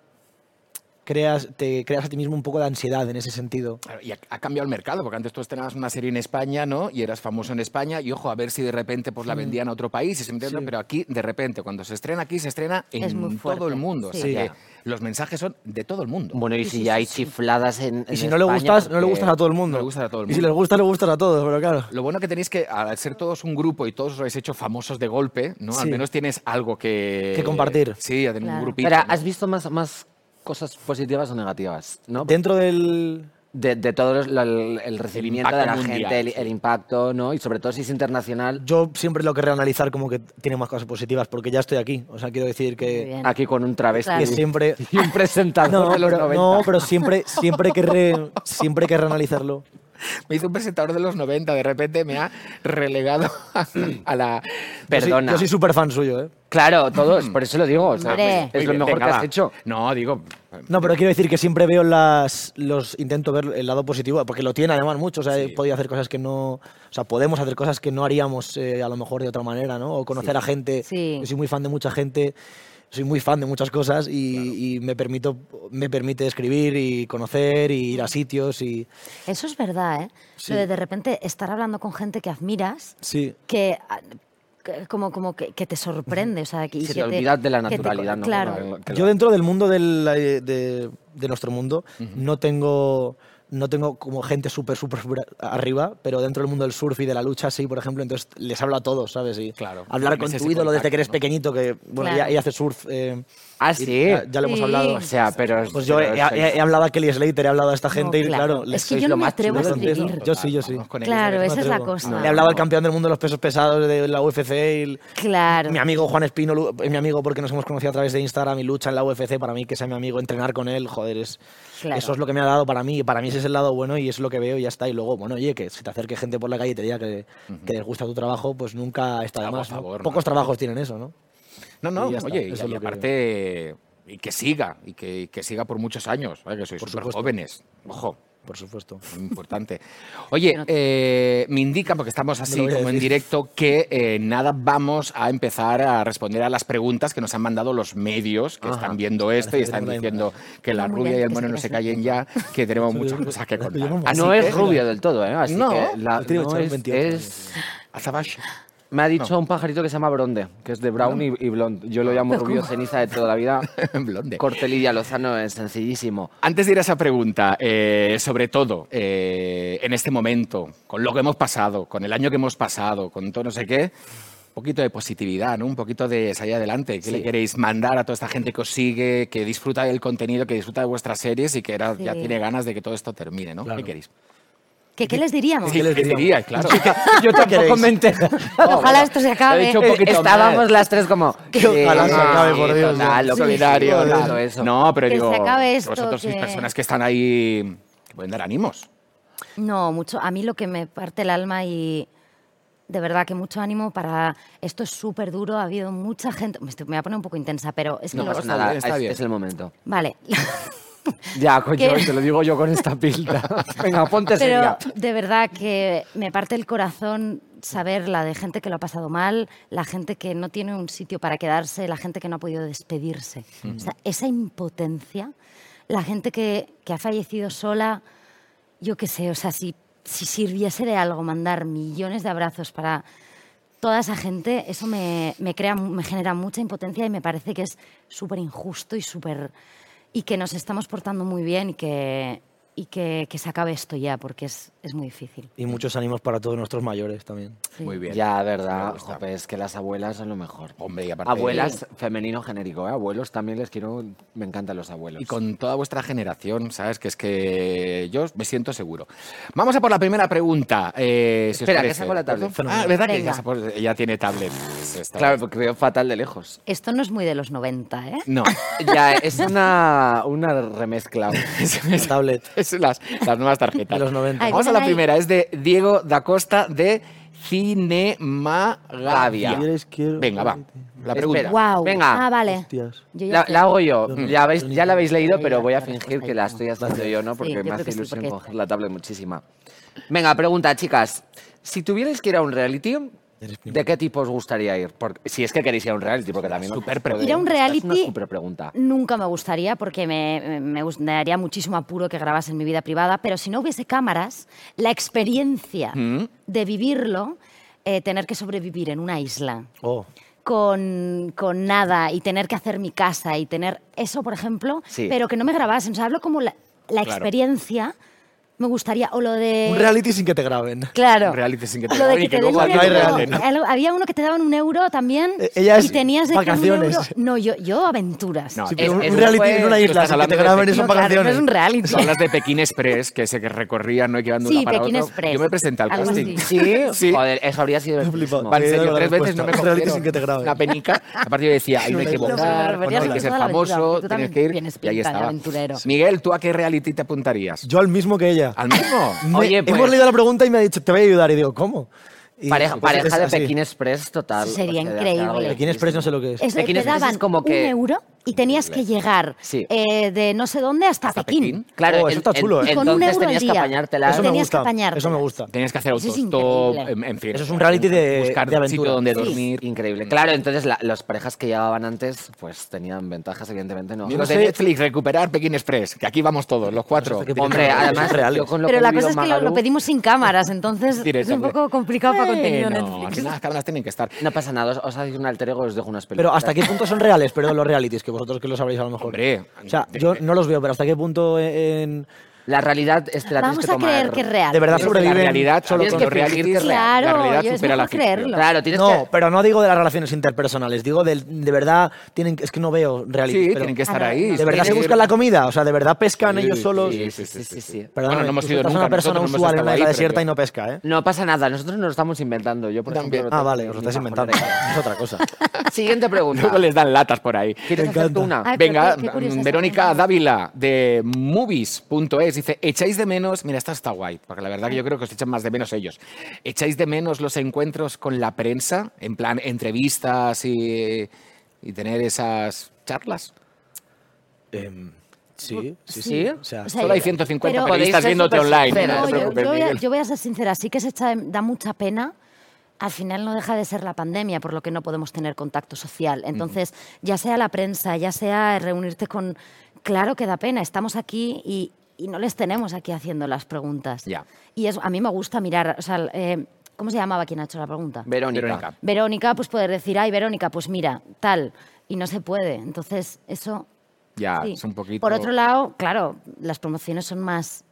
D: creas te creas a ti mismo un poco de ansiedad en ese sentido.
A: Claro, Y ha, ha cambiado el mercado, porque antes tú estrenabas una serie en España, ¿no? Y eras famoso en España, y ojo, a ver si de repente pues, la vendían a otro país, y se entiende, pero aquí, de repente, cuando se estrena aquí, se estrena
C: Es muy
A: en todo
C: fuerte.
A: el mundo. O sea
D: Sí.
A: que los mensajes son de todo el mundo.
B: Bueno, y
C: Sí,
B: si
C: sí,
B: ya
C: sí,
B: hay
C: sí.
B: chifladas en.
D: Y
B: en
D: si no le
B: España,
D: gustas, no le
B: porque-
D: gustas a todo el
A: no
D: mundo.
A: le gustas a todo el
D: Y
A: mundo.
D: si
A: pues
D: les gusta, le gustan a todos, pero claro.
A: Lo bueno que tenéis que, al ser todos un grupo y todos os habéis hecho famosos de golpe, ¿no? Al
D: Sí.
A: menos tienes algo que...
D: Que compartir.
A: Sí, en
C: Claro.
A: un grupito.
B: Espera,
A: ¿no?
B: ¿has visto más, más cosas positivas o negativas? ¿no? De,
D: Dentro del...
B: de todo los- la- el, el recibimiento de la
A: impacto mundial,
B: gente, el,
A: sí.
B: el impacto, ¿no? Y sobre todo si es internacional,
D: Yo siempre lo querré analizar como que tiene más cosas positivas, porque ya estoy aquí. O sea, quiero decir
C: Muy
D: que,
C: bien.
B: Eh, aquí con un travesti
D: que
C: Claro.
D: siempre...
B: y un presentador
D: No,
B: de los
D: pero,
B: 90.
D: no, pero siempre, siempre, querré, siempre querré analizarlo.
A: Me hizo un presentador de los 90, de repente me ha relegado a, a la...
D: Yo soy-
B: Perdona.
D: Yo soy súper fan suyo, ¿eh?
B: Claro, todos, por eso lo digo. o sea,
C: Hombre.
B: es lo
A: Oye,
B: mejor
A: Mm. venga,
B: que
A: va.
B: has hecho.
A: No, digo...
D: No, pero quiero decir que siempre veo las... los Intento ver el lado positivo, porque lo tiene además mucho. O sea, he podido hacer cosas que no... O sea, podemos hacer cosas que no haríamos eh, a lo mejor de otra manera, ¿no? O conocer a gente.
C: Sí.
D: Yo soy muy fan de mucha gente. Soy muy fan de muchas cosas y, y me, permito, me permite escribir y conocer y ir a sitios y...
C: Eso es verdad, ¿eh?
D: Sí.
C: Lo de de repente estar hablando con gente que admiras,
D: Sí.
C: que ah, que- como, como que, que te sorprende. O sea, que, y
B: Se
C: que
B: te olvidas de la
C: que te-
B: naturalidad, ¿no?
C: Claro.
B: Que lo-
D: Yo dentro del mundo del, eh, de, de nuestro mundo no tengo no tengo como gente súper, súper súper arriba, pero dentro del mundo del surf y de la lucha sí, por ejemplo, entonces les hablo a todos, ¿sabes? Y
A: Claro,
D: Hablar con
A: ese
D: tu ídolo desde
A: contacto,
D: que eres
A: ¿no?
D: pequeñito, que bueno,
C: Claro.
D: ella, ella hace surf. eh,
B: Ah,
D: y
B: sí.
D: Ya, ya lo hemos
C: Sí.
D: hablado.
B: O sea, pero.
D: Pues yo
B: pero
D: he,
B: sois-
D: he- he hablado a Kelly Slater, he hablado a esta gente y
C: claro.
D: claro,
C: Es
D: les
C: que yo
D: sois
C: no
D: lo
C: me
D: más
C: atrevo a
D: chulos del
C: escribir.
D: mundo. Yo sí, yo sí.
A: Vamos con ellos,
C: Claro,
A: no
C: esa es la
D: atrevo.
C: cosa.
D: Le hablaba al campeón del mundo de los pesos pesados, de la UFC y el-
C: Claro.
D: mi amigo Juan Espino, Lu- eh, mi amigo porque nos hemos conocido a través de Instagram y lucha en la UFC, para mí que sea mi amigo, entrenar con él, joder, es,
C: Claro.
D: eso es lo que me ha dado para mí, y para mí ese es el lado bueno y es lo que veo y ya está. Y luego, bueno, oye, que si te acerque gente por la calle y te diga que, que les gusta tu trabajo, pues nunca está de
A: Ah, por
D: más. ¿no?
A: favor, no.
D: Pocos trabajos tienen eso, ¿no?
A: No, no,
D: Y ya está,
A: oye, y-
D: eso es
A: y,
D: lo que-
A: aparte, y que siga, y que, y que siga por muchos años, ¿vale? que sois
D: Por
A: súper
D: supuesto.
A: jóvenes. Ojo,
D: Por supuesto.
A: muy importante. Oye, eh, me indica, porque estamos así
D: No lo voy a
A: como en
D: decir.
A: directo, que eh, nada, vamos a empezar a responder a las preguntas que nos han mandado los medios que están viendo esto y
D: que
A: están
D: tengo una
A: diciendo que la
C: Muy
A: rubia
C: bien,
A: y el
C: que
A: mono
C: sí,
A: no
C: que
A: se
C: sí.
A: callen ya, que tenemos muchas cosas que contar.
D: llamamos.
A: Así
B: Ah, no
A: que-
B: es rubio del todo, ¿eh? Así
A: No,
B: que la,
D: tiene
B: no
D: ocho,
B: es,
D: 28
B: es-
A: Hasta abajo.
B: Me ha dicho un pajarito que se llama Bronde, que es de brown y, y blonde. Yo lo llamo rubio ceniza de toda la vida.
A: Blonde.
B: Cortelilla Lozano es sencillísimo.
A: Antes de ir a esa pregunta, eh, sobre todo eh, en este momento, con lo que hemos pasado, con el año que hemos pasado, con todo no sé qué, un poquito de positividad, ¿no? un poquito de salir adelante. ¿Qué le
B: Sí.
A: queréis mandar a toda esta gente que os sigue, que disfruta del contenido, que disfruta de vuestras series y que ahora ya
C: Sí.
A: tiene ganas de que todo esto termine? ¿no?
D: Claro.
A: ¿Qué queréis?
C: ¿Qué, qué les diríamos?
A: Sí,
D: les
A: ¿qué
D: diríamos?
A: diríais? Claro.
B: Yo tampoco
D: queréis?
B: me entero.
C: Ojalá esto se acabe.
A: dicho un poquito
B: Estábamos
A: más.
B: las tres como...
D: Que ojalá se acabe, por Dios,
B: total,
D: sí.
B: lo
D: Sí,
B: solidario,
D: joder.
B: todo eso.
A: No, pero
C: Que se
A: digo,
C: acabe esto,
A: vosotros sois
C: que-
A: personas que están ahí, que pueden dar ánimos.
C: No, mucho. A mí lo que me parte el alma y de verdad que mucho ánimo para esto es súper duro. Ha habido mucha gente. Me, estoy- me voy a poner un poco intensa, pero es que
B: No
C: lo-
B: pasa
A: está
B: nada,
A: bien, está
B: es-
A: bien.
B: es el momento.
C: Vale.
B: Ya, coño,
C: ¿Qué?
B: te lo digo yo con esta pinta. Venga, ponte
C: Pero
B: seria.
C: de verdad que me parte el corazón saber la de gente que lo ha pasado mal, la gente que no tiene un sitio para quedarse, la gente que no ha podido despedirse. O sea, esa impotencia, la gente que, que ha fallecido sola, yo qué sé, o sea, si, si sirviese de algo mandar millones de abrazos para toda esa gente, eso me, me crea, me genera mucha impotencia y me parece que es súper injusto y súper... Y que nos estamos portando muy bien y que, y que, que se acabe esto ya, porque es, es muy difícil.
D: Y muchos ánimos para todos nuestros mayores también.
C: Sí.
A: Muy bien.
B: Ya, verdad,
A: gusta.
B: jope, es que las abuelas son lo mejor.
A: Hombre, y aparte-
B: Abuelas, femenino genérico, ¿eh? Abuelos también les quiero, me encantan los abuelos.
A: Y con toda vuestra generación, ¿sabes? Que es que yo me siento seguro. Vamos a por la primera pregunta. eh, si os
B: Espera, que
A: parece.
B: saco la tablet.
A: Ah, ¿verdad que
C: Venga.
A: ya, sapo- ella tiene tablet? Pues está
B: Claro,
A: bien.
B: porque veo fatal de lejos.
C: Esto no es muy de los 90, ¿eh?
A: No.
B: Ya, es una, una remezcla.
A: es,
D: La tablet
A: es las, las nuevas tarjetas.
D: de los 90.
C: Ay,
A: Vamos a la
C: ahí.
A: primera. Es de Diego da Costa de Cinemagavia.
D: Si quieres, quiero-
A: Venga, va. La
B: Espera.
A: pregunta.
C: Wow.
B: Venga.
C: Ah, vale.
D: Hostias.
C: Yo ya
B: La,
C: sé.
B: la hago yo. Ya, habéis-
D: yo ni-
B: ya la habéis leído,
C: leí
B: pero
C: la-
B: voy a
C: la
B: fingir
C: respuesta
B: que
C: y
B: la
C: todo.
B: estoy haciendo yo, ¿no? Porque
C: yo
B: me
C: creo
B: hace
C: que sí,
B: ilusión
C: porque-
B: coger la tablet muchísima. Venga, pregunta, chicas. Si tuvierais que ir a un reality,
D: Eres mi-
B: ¿de qué tipo os gustaría ir? Porque- si es que queréis ir a un reality, porque también...
A: Súper
C: Ir a un
B: Es una
C: reality-
B: super pregunta.
C: Nunca me gustaría porque me, me- me gust- me daría muchísimo apuro que grabas en mi vida privada, pero si no hubiese cámaras, la experiencia de vivirlo, eh, tener que sobrevivir en una isla
D: Oh,
C: con, con nada y tener que hacer mi casa y tener eso, por ejemplo,
B: Sí.
C: pero que no me grabasen, o sea, hablo como la, la
A: Claro.
C: experiencia, me gustaría, o lo de...
D: un reality sin que te graben.
C: Claro.
A: Un reality sin que te
C: Lo de
A: graben y
C: que
A: que
C: te den
A: luego
C: un
D: no hay
C: euro.
D: reality, ¿no?
C: Algo- Había uno que te daban un euro también.
D: Eh, ella
C: y
D: es
C: tenías de que un
D: vacaciones.
C: euro- No, yo, yo aventuras.
A: No,
D: Sí,
A: Ah, es-
D: pero un,
B: es-
D: un reality
B: fue-
D: en una
A: tú
D: isla
A: estás
D: sin que te
A: hablando de
D: graben
A: Pekín.
D: eso
C: No, claro, no
D: vacaciones.
C: es un reality.
A: Son las de Pekín Express, que sé que recorrían, ¿no? Y que iban de una
C: Sí,
A: para
C: Pekín
A: otra.
C: Express.
A: Yo me presenté al
C: Algo
A: casting.
C: así.
B: Sí,
A: Sí.
B: joder, eso habría sido el
D: flipado.
B: mismo.
A: Vale, en
D: Te
A: serio,
D: doy la
A: tres veces
D: respuesta.
A: no me
D: Un reality
A: cogieron.
D: sin que te graben.
A: Una penica. Aparte yo decía, ahí no hay que
D: Yo me
A: volar,
C: volvería
A: no hay
C: loca
A: que ser
C: toda la aventura,
A: famoso,
C: porque tú
A: tienes
C: también
A: que ir.
C: tienes
A: Y ahí
C: pinta de
A: estaba.
C: aventurero. Sí.
A: Miguel, ¿tú a qué reality te apuntarías?
D: Yo al mismo que ella.
A: ¿Al mismo?
D: Me-
B: Oye, pues-
D: Hemos leído la pregunta y me ha dicho, te voy a ayudar. Y digo, ¿cómo? Y-
B: Pareja,
D: pues
B: pareja
D: es
B: de
D: así.
B: Pekín Express total.
C: Eso sería
B: de
C: increíble.
B: hacer algo
D: Pekín Express no sé lo que es.
C: Es-
B: Pekín
C: te
B: Express es
C: daban
B: como que-
C: un euro y tenías que llegar
B: Sí.
C: eh, de no sé dónde hasta,
A: Hasta
C: Pekín.
A: Pekín.
B: Claro,
D: Oh, eso
B: en-
D: está
B: en-
D: chulo, ¿eh?
C: Con un
B: entonces
C: euro al
B: tenías que
C: día.
B: apañártela.
D: Eso me
C: Tenías que
D: gusta.
C: apañártelas.
D: Eso me gusta.
A: Tenías que hacer
C: Eso es
A: autostop,
C: increíble.
A: en, en fin.
D: Eso es un reality de-
A: Buscar
D: de
A: un
D: aventura.
A: sitio donde
C: Sí.
A: dormir.
B: Increíble. Claro, entonces la- las parejas que llegaban antes, pues tenían ventajas, evidentemente no.
A: Amigos de Netflix, recuperar Pekín Express, que aquí vamos todos, los cuatro.
D: Hasta que-
B: Hombre, además,
D: Reales.
B: yo con lo
C: Pero
B: que
C: la
B: he vivido
C: cosa es que lo, lo
B: Magaluf,
C: pedimos sin cámaras, entonces es un
A: Directamente.
C: poco complicado para contenido
A: Bueno,
C: Netflix.
A: aquí las cámaras tienen que estar.
B: No pasa nada, os- os hacéis un alter ego y os dejo unas películas.
D: Pero ¿hasta qué punto son reales? Pero los realities, que vosotros que lo sabréis a lo mejor.
A: Hombre,
D: O sea, yo no los veo, pero ¿hasta qué punto en...
B: La realidad es que la tienes
C: Vamos
B: que
C: a
B: tomar...
C: creer que es real.
D: De verdad
A: Yo creo que la
D: sobreviven
A: realidad solo
B: Tienes
A: con
B: que
A: los
B: fingir que
A: realities,
B: es real.
A: la
C: Claro,
A: realidad
C: yo- es
A: supera la
C: mejor
A: ficción.
C: creerlo.
B: Claro, tienes que...
D: No, pero no digo de las relaciones interpersonales, digo del- de, verdad, tienen, es que no veo reality.
A: Sí,
D: pero
A: tienen que estar
C: Ah, no,
A: ahí.
D: ¿De verdad se
A: Sí,
D: buscan la comida? O sea, ¿de verdad pescan
A: Sí,
D: ellos solos?
A: sí,
B: Sí, sí, sí, sí.
A: Bueno,
D: Perdóname,
A: no hemos
D: tú
A: ido
D: estás
A: nunca,
D: una
A: nosotros
D: persona
A: no hemos
D: usual en
A: estado
D: una
A: ahí,
D: isla
A: pero
D: desierta
A: yo-
D: y no pesca, ¿eh?
B: No pasa nada, nosotros nos lo estamos inventando. Yo, por
A: También.
B: ejemplo, no
D: Ah,
B: tengo
D: vale,
B: ni
D: os lo estáis
B: bajonera
D: inventando.
B: de-
D: Es otra cosa.
B: Siguiente pregunta.
A: Luego les dan latas por ahí.
B: ¿Quieres
D: Me
B: hacer tú
D: encanta.
B: una?
C: Ay, Ah, pero
A: Venga,
C: qué- qué curiosa
A: mm,
C: esa
A: Verónica
C: pregunta.
A: Dávila de movies.es dice, echáis de menos, mira, esta está guay, porque la verdad que yo creo que os echan más de menos ellos, echáis de menos los encuentros con la prensa, en plan entrevistas y, y tener esas charlas.
D: Em, sí, sí, sí.
B: Sí.
D: O sea,
C: O sea,
A: Solo hay
C: yo-
A: 150
C: pero-
A: periodistas
B: Podéis ser
A: viéndote
B: súper
A: online.
B: sinceras.
A: no
C: No,
A: te
C: yo,
A: preocupes,
C: yo voy a,
A: Miguel.
C: yo voy a ser sincera, sí que se echa- da mucha pena. Al final no deja de ser la pandemia, por lo que no podemos tener contacto social. Entonces, ya sea la prensa, ya sea reunirte con... Claro que da pena, estamos aquí y, y no les tenemos aquí haciendo las preguntas.
A: Ya.
C: Y es- a mí me gusta mirar, o sea, eh, ¿Cómo se llamaba quien ha hecho la pregunta?
B: Verónica.
A: Verónica.
C: Verónica, pues poder decir, ay, Verónica, pues mira, tal. Y no se puede. Entonces, eso.
A: Ya,
C: sí.
A: Ah, es un poquito
C: Por otro lado, claro, las promociones son más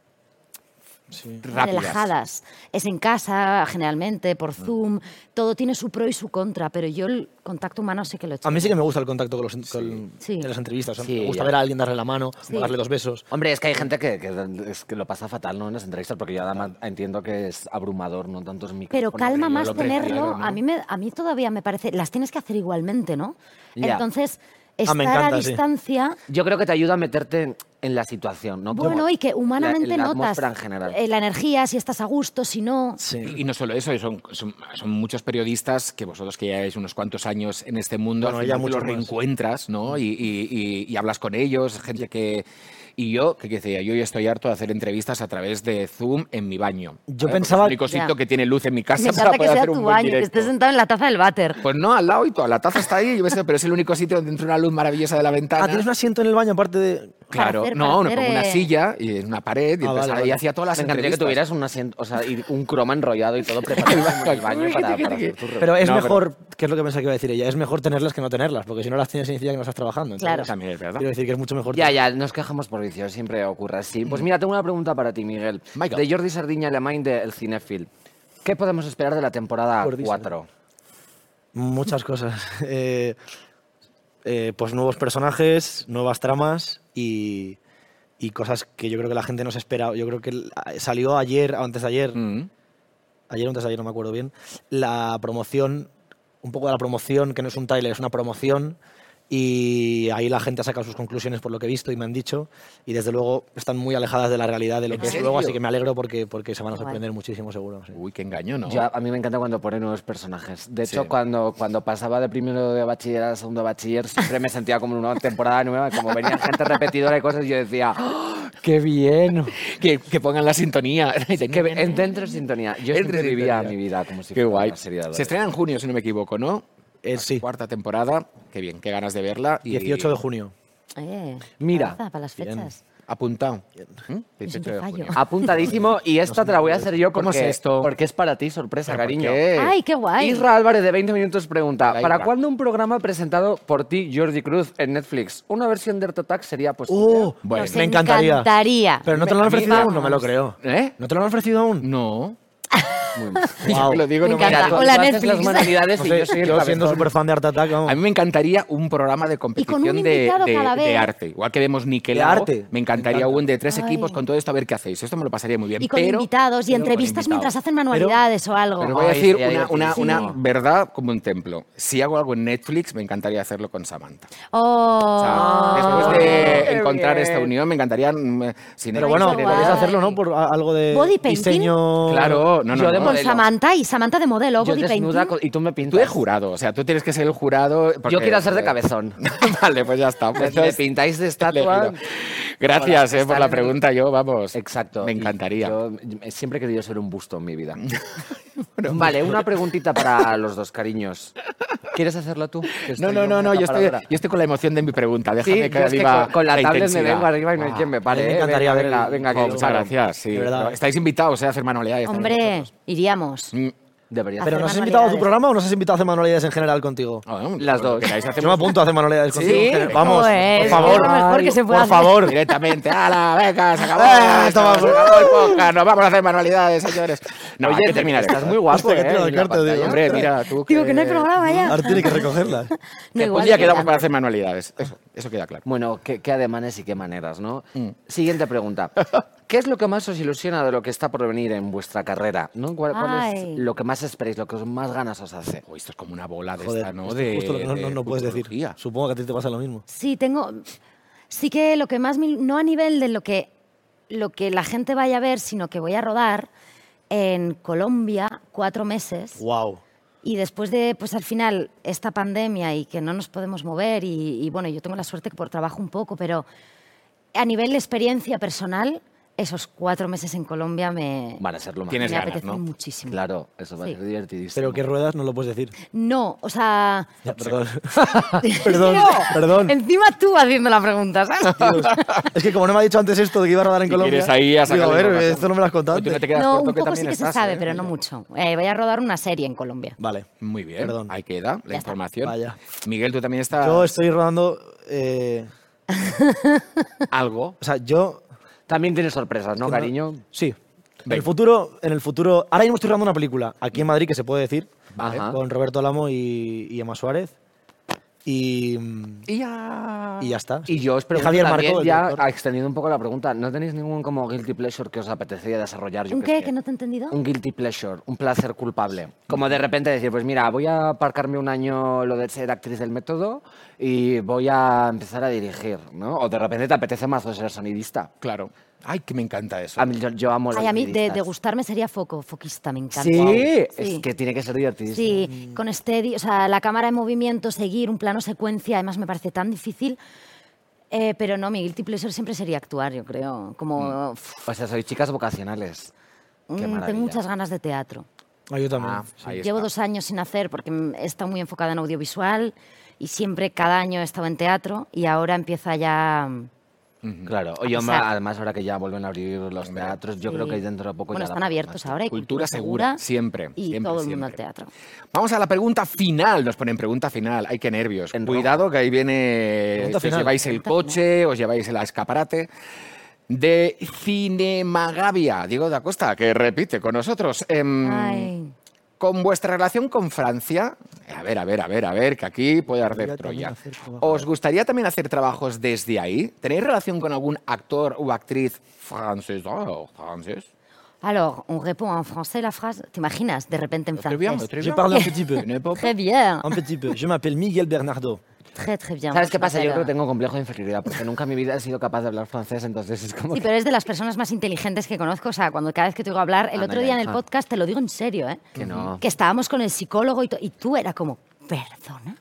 A: rápidas.
C: relajadas. Es en casa, generalmente, por Zoom. Todo tiene su pro y su contra, pero yo el contacto humano sí que lo he hecho.
D: A mí sí que me gusta el contacto con los, con-
C: Sí.
D: en las entrevistas. o sea,
B: Sí,
D: me gusta
B: ya.
D: ver a alguien darle la mano,
C: Sí.
D: darle dos besos.
B: Hombre, es que hay gente que, que- es que lo pasa fatal ¿no? en las entrevistas, porque yo además entiendo que es abrumador, no tantos
C: Pero
B: micrófonos.
C: calma
B: Yo
C: más
B: lo
C: tenerlo.
B: prefiero, ¿no?
C: a, mí me- a mí todavía me parece. Las tienes que hacer igualmente, ¿no?
B: Ya.
C: Entonces,
D: Ah,
C: estar
D: me
C: a
D: encanta, sí.
C: distancia.
B: Yo creo que te ayuda a meterte en, en la situación, ¿no? Como
C: Bueno, y que
B: la-
C: humanamente
B: la
C: notas
B: atmósfera en general.
C: eh, la energía, si estás a gusto, si no.
A: Eh, Y y no solo eso, son, son, son muchos periodistas que vosotros que lleváis unos cuantos años en este mundo,
D: Bueno,
A: al
D: ya
A: final te
D: muchos
A: los
D: más. Mm.
A: reencuentras, ¿no? Y, y- y- y hablas con ellos, gente que... Y yo, ¿qué decía? Yo ya estoy harto de hacer entrevistas a través de Zoom en mi baño.
D: Yo
A: ¿vale? Porque
D: pensaba-
A: Es el único sitio
C: Ya.
A: que tiene luz en mi casa
C: Me
A: para
C: encanta que
A: poder
C: sea
A: hacer un
C: tu
A: buen
C: baño, que
A: directo.
C: estés sentado en la taza del váter.
A: Pues no, al lado y toda la taza está ahí, yo qué sé, pero es el único sitio donde entra una luz maravillosa de la ventana.
D: Ah, tienes un asiento en el baño aparte de...
C: Para
A: Claro,
C: hacer- para
A: no, no
C: hacer,
A: pongo una
C: eh,
A: silla y en una pared y entonces
D: Ah, vale,
A: ahí
D: vale.
A: hacía todas las
B: Me encantaría que
A: entrevistas.
B: tuvieras un asiento, o sea, y un croma enrollado y todo preparado en el baño para, para hacer tu
D: Pero es
A: No, pero-
D: mejor, que es lo que pensaba que iba a decir ella, es mejor tenerlas que no tenerlas, porque si no las tienes significa que no estás trabajando.
C: Claro.
D: entonces,
A: También es verdad.
D: Quiero decir que es mucho mejor...
A: eh,
B: Ya, ya, nos quejamos por vicio, siempre ocurre así. Pues mira, tengo una pregunta para ti, Miguel.
A: Michael.
B: De Jordi Sardiña Lemain de El Cinefil. ¿Qué podemos esperar de la temporada
D: Jordi
B: 4?
D: Muchas cosas. Eh, eh, pues nuevos personajes, nuevas tramas y, y cosas que yo creo que la gente no se espera. Yo creo que el- a- salió ayer, o antes de ayer,
A: Mm.
D: ayer o antes de ayer, no me acuerdo bien, la promoción, un poco de la promoción, que no es un trailer, es una promoción. Y ahí la gente ha sacado sus conclusiones por lo que he visto y me han dicho. Y desde luego están muy alejadas de la realidad de lo
A: ¿En
D: que es
A: serio?
D: luego, así que me alegro porque, porque se van a
C: Qué guay.
D: sorprender muchísimo, seguro. sí.
A: Uy, qué engaño, ¿no?
B: Yo- a mí me encanta cuando ponen nuevos personajes. De hecho,
A: Sí.
B: cuando, cuando pasaba de primero de bachiller a segundo de bachiller, siempre me sentía como en una temporada nueva, como venía gente repetidora y cosas, y yo decía, ¡Ah, ¡qué bien!
A: que, que pongan la sintonía. Dicen, "Qué bien".
B: Ent- Entro en sintonía. Yo siempre
A: Entro en
B: vivía
A: sintonía.
B: mi vida como si
A: Qué
B: fuera
A: guay.
B: una serie de
A: Se
B: adolescentes.
A: estrena en junio, si no me equivoco, ¿no?
D: Eh,
A: La
D: sí.
A: Cuarta temporada. Qué bien, qué ganas de verla. Y
D: 18 de junio.
C: Eh,
B: Mira.
C: avanza Para las
D: Bien.
C: fechas.
A: Apuntado. ¿Mm?
C: Yo
A: 18
C: siempre
A: de
C: fallo.
A: junio.
B: Ah, Apuntadísimo. Y esta te la voy a hacer yo porque,
A: ¿Cómo es esto?
B: porque es para ti, sorpresa,
A: ¿Pero por
B: cariño.
A: qué?
C: Ay, qué guay.
B: Isra Álvarez de 20 Minutos pregunta:
A: Hola,
B: ¿Para
A: Isra.
B: cuándo un programa presentado por ti, Jordi Cruz, en Netflix? ¿Una versión de Ertotac sería posible?
D: ¡Oh!
A: Bueno.
C: Nos
D: me encantaría.
C: encantaría.
D: Pero no te lo han
A: A mí-
D: ofrecido aún, no me lo
C: vamos.
D: creo.
A: ¿Eh?
D: ¿No te lo han ofrecido aún?
A: No.
D: Guau.
A: Lo digo,
C: Me
A: no me
C: encanta.
A: engaño.
B: tú
C: Hola,
B: haces
C: Netflix.
B: las manualidades
D: No
B: y
D: sé,
B: yo soy el
D: yo siendo
B: cabezón.
D: súper fan de Art Attack, vamos.
A: A mí me encantaría un programa de competición de,
C: invitado
A: de-
C: cada
A: de
C: vez.
A: arte. Igual que vemos Nickelodeon.
D: De arte.
A: Me encantaría
D: Me encanta.
A: un de tres equipos
C: Ay.
A: con todo esto a ver qué hacéis. Esto me lo pasaría muy bien.
C: Y con
A: Em, pero-
C: invitados y
A: pero con
C: entrevistas
A: invitados.
C: mientras hacen manualidades o algo.
A: Pero voy a
B: Ay,
A: decir
B: sería
A: una, una- una
B: divertidísimo.
A: verdad como un templo. Si hago algo en Netflix, me encantaría hacerlo con Samantha. O sea,
C: Oh.
A: después de
B: Qué
A: encontrar
B: bien.
A: esta unión, me encantaría. mm, sin
D: Pero
A: el-
D: bueno,
C: Ay, qué
D: podéis
C: guay.
D: hacerlo, ¿no? Por a- algo de
C: Body painting.
D: diseño...
A: Claro, no, no.
B: Yo de
A: no.
C: Con
B: modelo.
C: Samantha y Samantha de modelo,
B: Yo
C: body
B: desnuda
C: painting.
B: co- y tú me pintas.
A: Tú eres jurado, o sea, tú tienes que ser el jurado. porque- eh,
B: Yo quiero hacer de cabezón.
A: vale, pues ya está. pues
B: Me
A: es
B: pintáis de estatua.
A: elegido. Gracias
B: Hola,
A: eh, por la
B: están-
A: pregunta, yo, vamos.
B: Exacto.
A: Me
B: y
A: encantaría.
B: Yo yo siempre he querido ser un busto en mi vida.
A: Bueno,
B: vale, una preguntita para los dos cariños. ¿Quieres hacerlo tú? Que
A: No,
B: estoy
A: no, no, no, yo estoy,
B: acaparadora.
A: yo estoy con la emoción de mi pregunta.
B: Sí,
A: Déjame
B: yo
A: que
B: es que
A: viva
B: con, con la, tablet me
A: intensidad. Ah,
B: vengo arriba y no hay
D: Guau.
B: quien me
D: A
B: pare.
D: mí me
B: ¿eh?
D: encantaría ver
B: venga,
D: el-
B: venga, que
A: Oh,
B: lo
A: muchas
B: paro.
A: gracias. Sí.
D: De verdad.
A: Estáis invitados eh, a hacer manualidades. también
C: Hombre,
A: vosotros.
C: iríamos.
A: Mm,
B: Debería
D: ¿Pero
C: Hacer
D: nos has invitado a tu
C: manualidades.
D: programa o nos has invitado a hacer manualidades en general contigo?
A: ah, bueno,
B: Las
A: cuando
B: dos.
A: queráis,
D: Yo me
A: hacemos
D: apunto a hacer manualidades
B: Sí,
D: contigo. en general. Vamos,
C: Joder,
D: por
C: Pues, es lo
D: favor.
C: mejor que se puede
D: Por
C: hacer. Eh,
D: favor.
A: directamente. ¡Hala, venga! Se acabó,
D: Ah,
A: esto,
D: estamos-
A: se acabó el podcast. Nos vamos a hacer manualidades, señores. No, hay que terminar.
B: Estás
A: esto.
B: muy guapo,
D: Hostia,
B: ¿eh?
D: que tiro de
B: en la
D: carta, digo.
B: pantalla.
A: Hombre, mira, tú
C: Digo que no hay programa ya.
D: Ahora tiene que recogerlas.
C: No,
A: que
C: igual
A: un día
C: que
A: quedamos
C: ya.
A: para hacer manualidades. Eso, eso queda claro.
B: Bueno, qué, qué ademanes y qué maneras, ¿no?
D: Mm.
B: Siguiente pregunta. ¿Qué es lo que más os ilusiona de lo que está por venir en vuestra carrera? ¿no? ¿Cuál, cuál es
C: Ay.
B: lo que más esperáis, lo que os más ganas os hace?
A: Oh, esto es como una bola de
D: Joder,
A: esta, ¿no?
D: esto
A: De,
D: es justo lo que no,
A: de
D: no- no puedes decir.
A: futurología.
D: Supongo que a ti te pasa lo mismo.
C: Sí, tengo. Sí que lo que más. me- No a nivel de lo que, lo que la gente vaya a ver, sino que voy a rodar en Colombia cuatro meses.
D: Wow.
C: Y después de, pues al final, esta pandemia y que no nos podemos mover, y, y, bueno, yo tengo la suerte que por trabajo un poco, pero a nivel de experiencia personal esos cuatro meses en Colombia me,
B: Van a ser lo más.
A: Tienes
C: me
A: ganas,
C: apetecen
A: ¿no?
C: muchísimo.
B: Claro, eso va a
C: Sí.
B: ser divertidísimo.
D: Pero que ruedas no lo puedes decir.
C: No, o sea...
D: Ya, perdón. perdón,
C: Tío,
D: perdón.
C: Encima tú haciendo la pregunta, ¿sabes?
D: Es que como no me ha dicho antes esto de que iba a rodar en
A: Y
D: Colombia.
A: quieres ahí a
D: digo,
A: sacar
D: a
A: la
D: ver,
A: información.
D: esto no me lo has contado.
A: Oye, no
D: antes.
A: te quedas
C: No,
A: corto,
C: un
A: que
C: poco sí
A: también
C: que se
A: estás,
C: sabe,
A: ¿eh?
C: pero no mucho. Eh, voy a rodar una serie en Colombia.
D: Vale.
A: Muy bien,
D: Perdón.
A: ahí queda la
C: Ya está.
A: información.
D: Vaya.
A: Miguel, tú también estás
D: Yo estoy rodando. eh,
A: algo.
D: o sea, yo.
B: También tienes sorpresas, ¿no,
D: no-
B: cariño?
D: Sí. En
A: Venga.
D: el futuro, en el futuro. Ahora mismo estoy rodando una película aquí en Madrid que se puede decir.
B: Vale. Ajá.
D: Con Roberto Alamo y, y Emma Suárez. Y. mm,
A: Y ya.
D: Y ya está.
B: Y yo os
D: Y
B: pregunto
D: Javier
B: también,
D: Marcó, el
B: ya
D: director.
B: extendiendo un poco la pregunta, ¿no tenéis ningún como guilty pleasure que os apetecería desarrollar? Yo
C: ¿Un
B: qué
C: qué?
B: sé?
C: ¿Que no te he entendido?
B: Un guilty pleasure, un placer culpable. Como de repente decir, pues mira, voy a aparcarme un año lo de ser actriz del método y voy a empezar a dirigir, ¿no? O de repente te apetece más ser sonidista.
A: Claro. Ay, que me encanta eso.
B: A
D: Ah,
B: mí, yo, yo amo los
C: Ay, a mí de, de
B: sonidistas.
C: gustarme sería foco, foquista, me encanta.
B: Sí, es
C: Sí.
B: que tiene que ser divertidísimo.
C: Sí, con steady, o sea, la cámara en movimiento, seguir un plano secuencia, además me parece tan difícil. Eh, pero no, mi guilty pleasure siempre sería actuar, yo creo. Como pf,
B: O sea, sois chicas vocacionales. Mm, Qué
C: mm,
B: maravilla.
C: tengo muchas ganas de teatro.
D: Ah, yo también.
A: Ah,
D: sí.
A: ahí
C: Llevo
A: está.
C: dos años sin hacer porque mm, he estado muy enfocada en audiovisual y siempre cada año he estado en teatro y ahora empieza ya... mm,
B: Claro, o yo
C: pesar-
B: ma- además ahora que ya vuelven a abrir los teatros, yo creo
C: sí.
B: que dentro de poco
C: eh, Bueno,
B: ya la
C: están abiertos
B: programación-
C: ahora. Y
A: Cultura segura, siempre,
C: Y
A: siempre,
C: todo el mundo al
A: siempre.
C: teatro.
A: Vamos a la pregunta final. Nos ponen pregunta final. Ay, qué nervios.
B: En
A: Cuidado, que ahí viene.
D: Pregunta
A: Si os
D: final.
A: lleváis el
C: Pregunta
A: coche, os lleváis el escaparate. De Cinemagavia, Diego da Costa, que repite con nosotros.
B: Mm.
A: Em,
C: Ay.
A: Con vuestra relación con Francia, a ver, a ver, a ver, a ver, que aquí puede arder
D: Podría también
A: Troya.
D: hacer trabajo.
A: ¿Os gustaría también hacer trabajos desde ahí? ¿Tenéis relación con algún actor o actriz francesa o francés?
C: Alors, on répond en français la phrase. ¿Te imaginas? De repente en
A: Très bien,
C: francés.
A: très
D: Je
A: bien.
D: parle un petit peu.
C: Très bien.
D: Un petit peu. Je m'appelle Miguel Bernardo.
C: Très, très bien. Pues
B: ¿Sabes qué pasa? Yo
C: Pero-
B: creo que tengo complejo de inferioridad, porque nunca en mi vida he sido capaz de hablar francés, entonces es como
C: Sí,
B: que...
C: pero es de las personas más inteligentes que conozco. O sea, cuando cada vez que te oigo hablar, el
B: Anda
C: otro
B: Ah, ya,
C: día en el
B: hija.
C: podcast, te lo digo en serio, ¿eh?
B: Que no.
C: Que estábamos con el psicólogo y, to- y tú era como, perdona,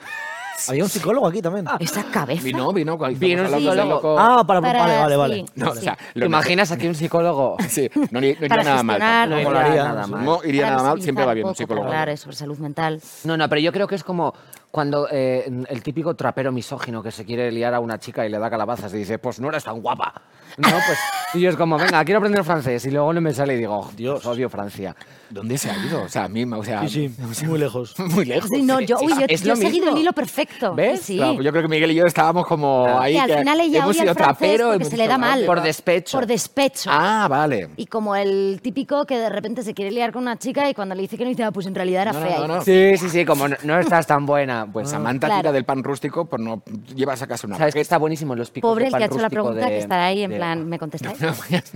D: Había un psicólogo aquí también.
B: Ah.
C: esa cabeza.
A: Vino, vino, cuando
B: Vino
A: hicimos
B: el
A: Locos del
B: psicólogo.
A: Loco.
D: Ah, para,
C: Para-
D: vale, vale, vale.
C: sí.
A: No, o sea,
B: ¿Te
A: lo
B: imaginas aquí un psicólogo?
A: Sí, no, ni- no iría
C: Para
A: nada mal.
C: gestionar,
A: tampoco.
B: No
D: Molaría.
B: iría nada mal.
A: No iría
C: Para
A: nada mal, siempre
C: visibilizar
A: va
C: un
A: bien un
C: poco,
A: psicólogo.
C: para hablar eh, sobre salud mental.
B: No, no, pero yo creo que es como cuando eh, el típico trapero misógino que se quiere liar a una chica y le da calabazas y dice, pues no eres tan guapa. No, pues... Y yo es como, venga, quiero aprender francés. Y luego no me sale y digo, Dios, odio Francia.
A: ¿Dónde se ha ido? O sea, a mí, o sea,
D: Sí, sí, muy lejos.
A: muy lejos.
C: Sí, no, yo, uy,
A: Ah,
C: yo,
B: es
C: yo
B: lo
C: he seguido el
B: mismo.
C: hilo perfecto.
B: ¿Ves?
C: Sí.
A: Claro, yo creo que Miguel y yo estábamos como ahí.
C: que al
A: que
C: final ella
A: hemos
C: odia
A: sido
C: el francés
A: trapero.
C: porque
A: hemos
C: se le da
A: dicho,
C: mal.
B: Por despecho.
C: Por despecho.
A: Ah, vale.
C: Y como el típico que de repente se quiere liar con una chica y cuando le dice que no, dice, "Ah, pues en realidad era
A: No, no,
C: fea.
A: no, no.
B: Sí, sí, sí, como no, no estás tan buena. Pues
A: Samantha
C: Claro.
A: tira del pan rústico por no llevas a casa una
B: ¿Sabes que
A: baguette.
B: está buenísimo los picos
C: Pobre
B: de
C: el
B: pan
C: que ha hecho la
B: rústico
C: pregunta que
B: de-
C: estará ahí en
B: de-
C: plan, ¿me contestáis?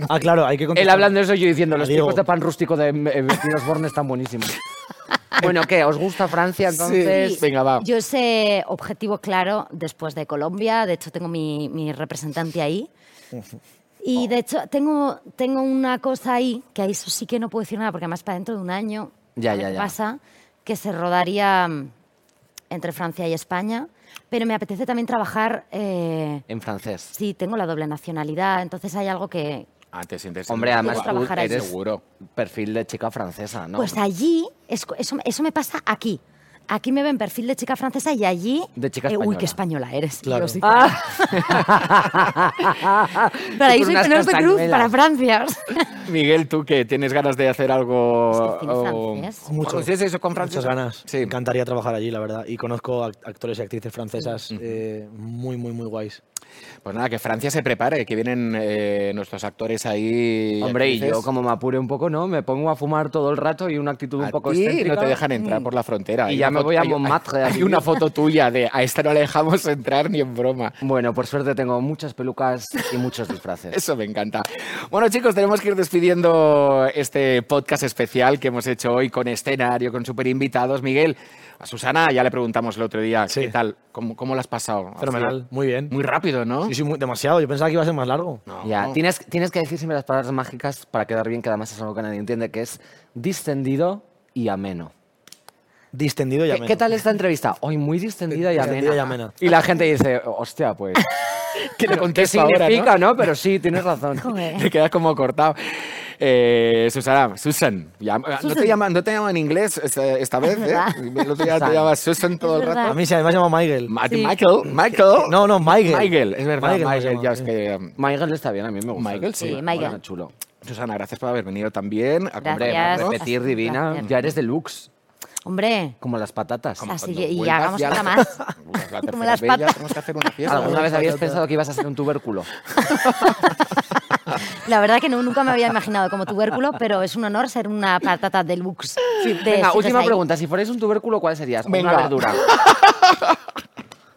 D: Ah, claro, hay que
B: Él
D: contestar.
B: hablando de eso, yo diciendo, los
D: Diego.
B: picos de pan rústico de eh, vestidos born están buenísimos. bueno, ¿qué? ¿Os gusta Francia entonces?
A: Sí. Venga, va.
C: Yo ese objetivo claro después de Colombia, de hecho tengo mi, mi representante ahí.
B: Oh.
C: Y de hecho tengo, tengo una cosa ahí, que a eso sí que no puedo decir nada, porque además para dentro de un año
B: Ya,
C: a ver
B: ya,
C: qué
B: ya.
C: pasa, que se rodaría mm, entre Francia y España, pero me apetece también trabajar, eh,
B: En francés.
C: sí, tengo la doble nacionalidad, entonces hay algo que...
A: Ah, te sientes
B: Hombre, además tú
C: trabajar ahí.
B: eres
A: seguro.
B: perfil de chica francesa, ¿no?
C: Pues allí, es cu- eso, eso me pasa aquí. Aquí me ven perfil de chica francesa y allí... eh,
B: De chica
C: uy, qué
B: española.
C: española eres. Y
D: Claro.
C: yo, sí,
B: Para
C: Para ahí soy Penélope Cruz, para Francia.
A: Miguel, tú que tienes ganas de hacer algo.
C: Es que cine
A: o-
C: francés.
A: o-
D: Mucho.
A: ¿sí es eso con francés?
D: Muchas ganas.
A: Sí.
D: Me encantaría trabajar allí, la verdad. Y conozco act- actores y actrices francesas eh, muy, muy, muy guays.
B: Ah,
A: Pues nada, que Francia se prepare, que vienen eh, nuestros actores ahí.
B: Hombre, y
A: actrices.
B: yo como me apure un poco, ¿no? Me pongo a fumar todo el rato y una actitud un
A: A
B: poco
A: ti
B: excéntrica.
A: no te dejan entrar por la frontera. Hay
B: Y ya
A: una
B: me
A: foto-
B: voy a
A: hay- hay-
B: Montmartre a
A: Hay
B: vivir.
A: una foto tuya de a esta no le dejamos entrar ni en broma.
B: Bueno, por suerte tengo muchas pelucas y muchos disfraces.
A: Eso me encanta. Bueno, chicos, tenemos que ir despidiendo este podcast especial que hemos hecho hoy con escenario, con super invitados. Miguel, a Susana ya le preguntamos el otro día,
D: Sí.
A: ¿qué tal? ¿Cómo, cómo lo has pasado?
D: Fenomenal. Muy bien.
A: Muy rápido, ¿no?
D: Sí, sí, muy- demasiado. Yo pensaba que iba a ser más largo.
A: No.
B: Ya, tienes, tienes que decir siempre las palabras mágicas para quedar bien, que además es algo que nadie entiende, que es distendido y ameno.
D: Distendido y
B: ¿Qué,
D: ameno.
B: qué tal esta entrevista? Hoy muy distendida y amena.
D: Distendida y amena.
B: Y la gente dice, hostia, pues
A: que le
B: ¿Qué
A: contesto ahora,
B: significa,
A: ¿no?
B: no? Pero sí, tienes razón.
C: Joder.
A: Te quedas como cortado. Eh, Susana, Susan. ya- No, te
C: Susan.
A: llama, no te llama en inglés esta, esta vez, ¿eh?
C: verdad.
A: El otro día te
B: Susan.
A: llamas Susan todo
C: Es
A: el
C: verdad.
A: rato.
D: A mí se me ha llamado Michael.
A: Ma-
C: Sí.
A: Michael, Michael.
D: No, no, Michael.
A: Miguel, es verdad,
D: Michael
A: Michael,
D: nos
A: ya es
D: llamamos, sí.
A: que... um,
B: Michael está bien, a mí me gusta.
A: Michael,
C: sí. Sí, Michael.
B: Bueno, chulo.
A: Susana, gracias por haber venido también. a
C: Gracias.
B: Hombre,
A: acompañarnos.
C: Gracias.
B: repetir divina,
C: Gracias.
B: ya eres deluxe,
C: Hombre,
B: como las patatas.
C: Como- Así
A: Cuando
C: que- y
A: vuelvas,
C: hagamos
A: ya
C: otra
A: la-
C: más.
A: La
C: Como
A: tercera
C: las
A: bella,
C: patas.
A: tenemos que hacer una fiesta.
B: ¿Alguna vez habías pensado que ibas a ser un tubérculo?
C: la verdad que no, nunca me había imaginado como tubérculo, pero es un honor ser una patata deluxe. de
B: Venga,
C: Sigues
B: última
C: ahí.
B: pregunta. Si fuerais un tubérculo, ¿cuál serías?
A: Venga.
B: Una verdura.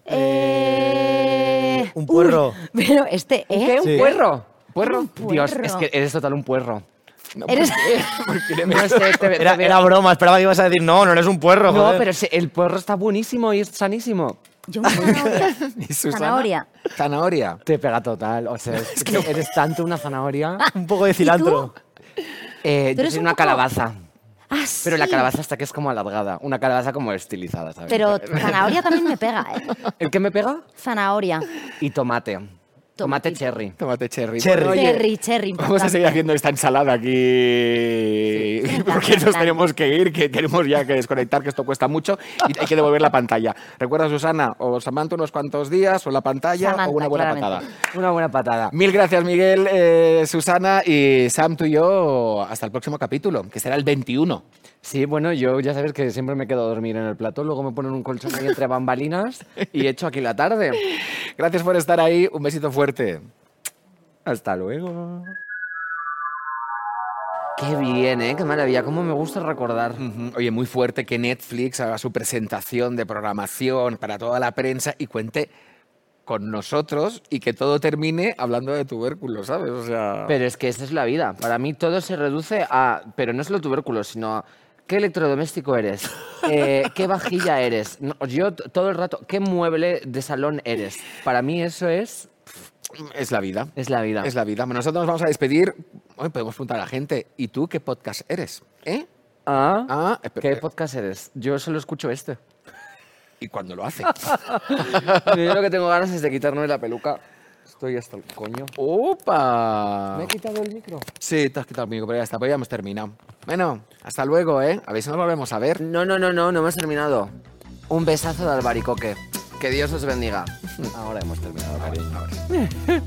C: Eh,
D: Un puerro.
C: pero este, ¿eh?
B: ¿Qué? ¿Un
D: Sí.
B: puerro?
C: Un puerro.
B: Dios, es que eres total un puerro.
A: No,
D: pues,
C: Eres-
A: ¿por qué? ¿Por qué le-
B: No sé, te- te
D: Era,
B: veo-
D: era broma, esperaba que ibas a decir, no, no eres un puerro,
B: No,
D: joder".
B: pero si- el puerro está buenísimo y es sanísimo.
C: Yo una zanahoria.
A: ¿Y Susana?
C: este- Zanahoria.
A: Zanahoria.
B: Te pega total. O sea, es que eres tanto una zanahoria.
D: Un poco de cilantro.
B: Eh,
C: Tú
B: yo
C: eres
B: soy
C: Ah, un
B: una
C: poco-
B: calabaza.
C: Ah,
B: Pero la
C: sí.
B: calabaza hasta que es como alargada. Una calabaza como estilizada, ¿sabes?
C: Pero zanahoria también me pega, ¿eh?
B: ¿El que me pega?
C: Zanahoria.
B: Y tomate. Tomate
C: Tomatito.
B: cherry.
A: Tómate cherry.
D: Cherry.
A: Bueno, oye,
C: cherry, cherry.
A: Vamos a
C: importante.
A: seguir haciendo esta ensalada aquí porque nos
C: Ensalada.
A: tenemos que ir, que tenemos ya que desconectar, que esto cuesta mucho y hay que devolver la pantalla. Recuerda, Susana, o Samantha unos cuantos días, o la pantalla, o
C: Samantha,
A: una buena
C: claramente.
A: patada.
B: Una buena patada.
A: Mil gracias, Miguel, eh, Susana y Sam, tú y yo, hasta el próximo capítulo, que será el 21.
B: Sí, bueno, yo ya sabes que siempre me quedo a dormir en el plató, luego me ponen un colchón ahí entre bambalinas y echo aquí la tarde.
A: Gracias por estar ahí, un besito fuerte.
B: Hasta luego. Qué bien, ¿eh? Qué maravilla. Cómo me gusta recordar.
A: Ujú. Oye, muy fuerte que Netflix haga su presentación de programación para toda la prensa y cuente con nosotros y que todo termine hablando de tubérculos, ¿sabes? O sea,
B: Pero es que esa es la vida. Para mí todo se reduce a, pero no solo tubérculos, sino a qué electrodoméstico eres, Eh, qué vajilla eres. No, yo t- todo el rato, qué mueble de salón eres. Para mí eso es,
A: es la vida.
B: es la vida.
A: Es la vida. Bueno, Nosotros nos vamos a despedir. Hoy podemos preguntar a la gente, ¿y tú qué podcast eres? ¿Eh?
B: Ah,
A: Ah, espera,
B: ¿Qué podcast eres? Yo solo escucho este.
A: ¿Y cuándo lo hace?
B: Yo lo que tengo ganas es de quitarme la peluca. Estoy hasta el coño.
A: ¡Opa!
B: Me he quitado el micro.
A: Sí, te has quitado el micro, pero ya está, pues ya hemos terminado. Bueno, hasta luego, ¿eh? A ver si nos volvemos a ver.
B: No, no, no, no, no hemos terminado. Un besazo de albaricoque. Que Dios os bendiga. Ahora hemos terminado, cariño.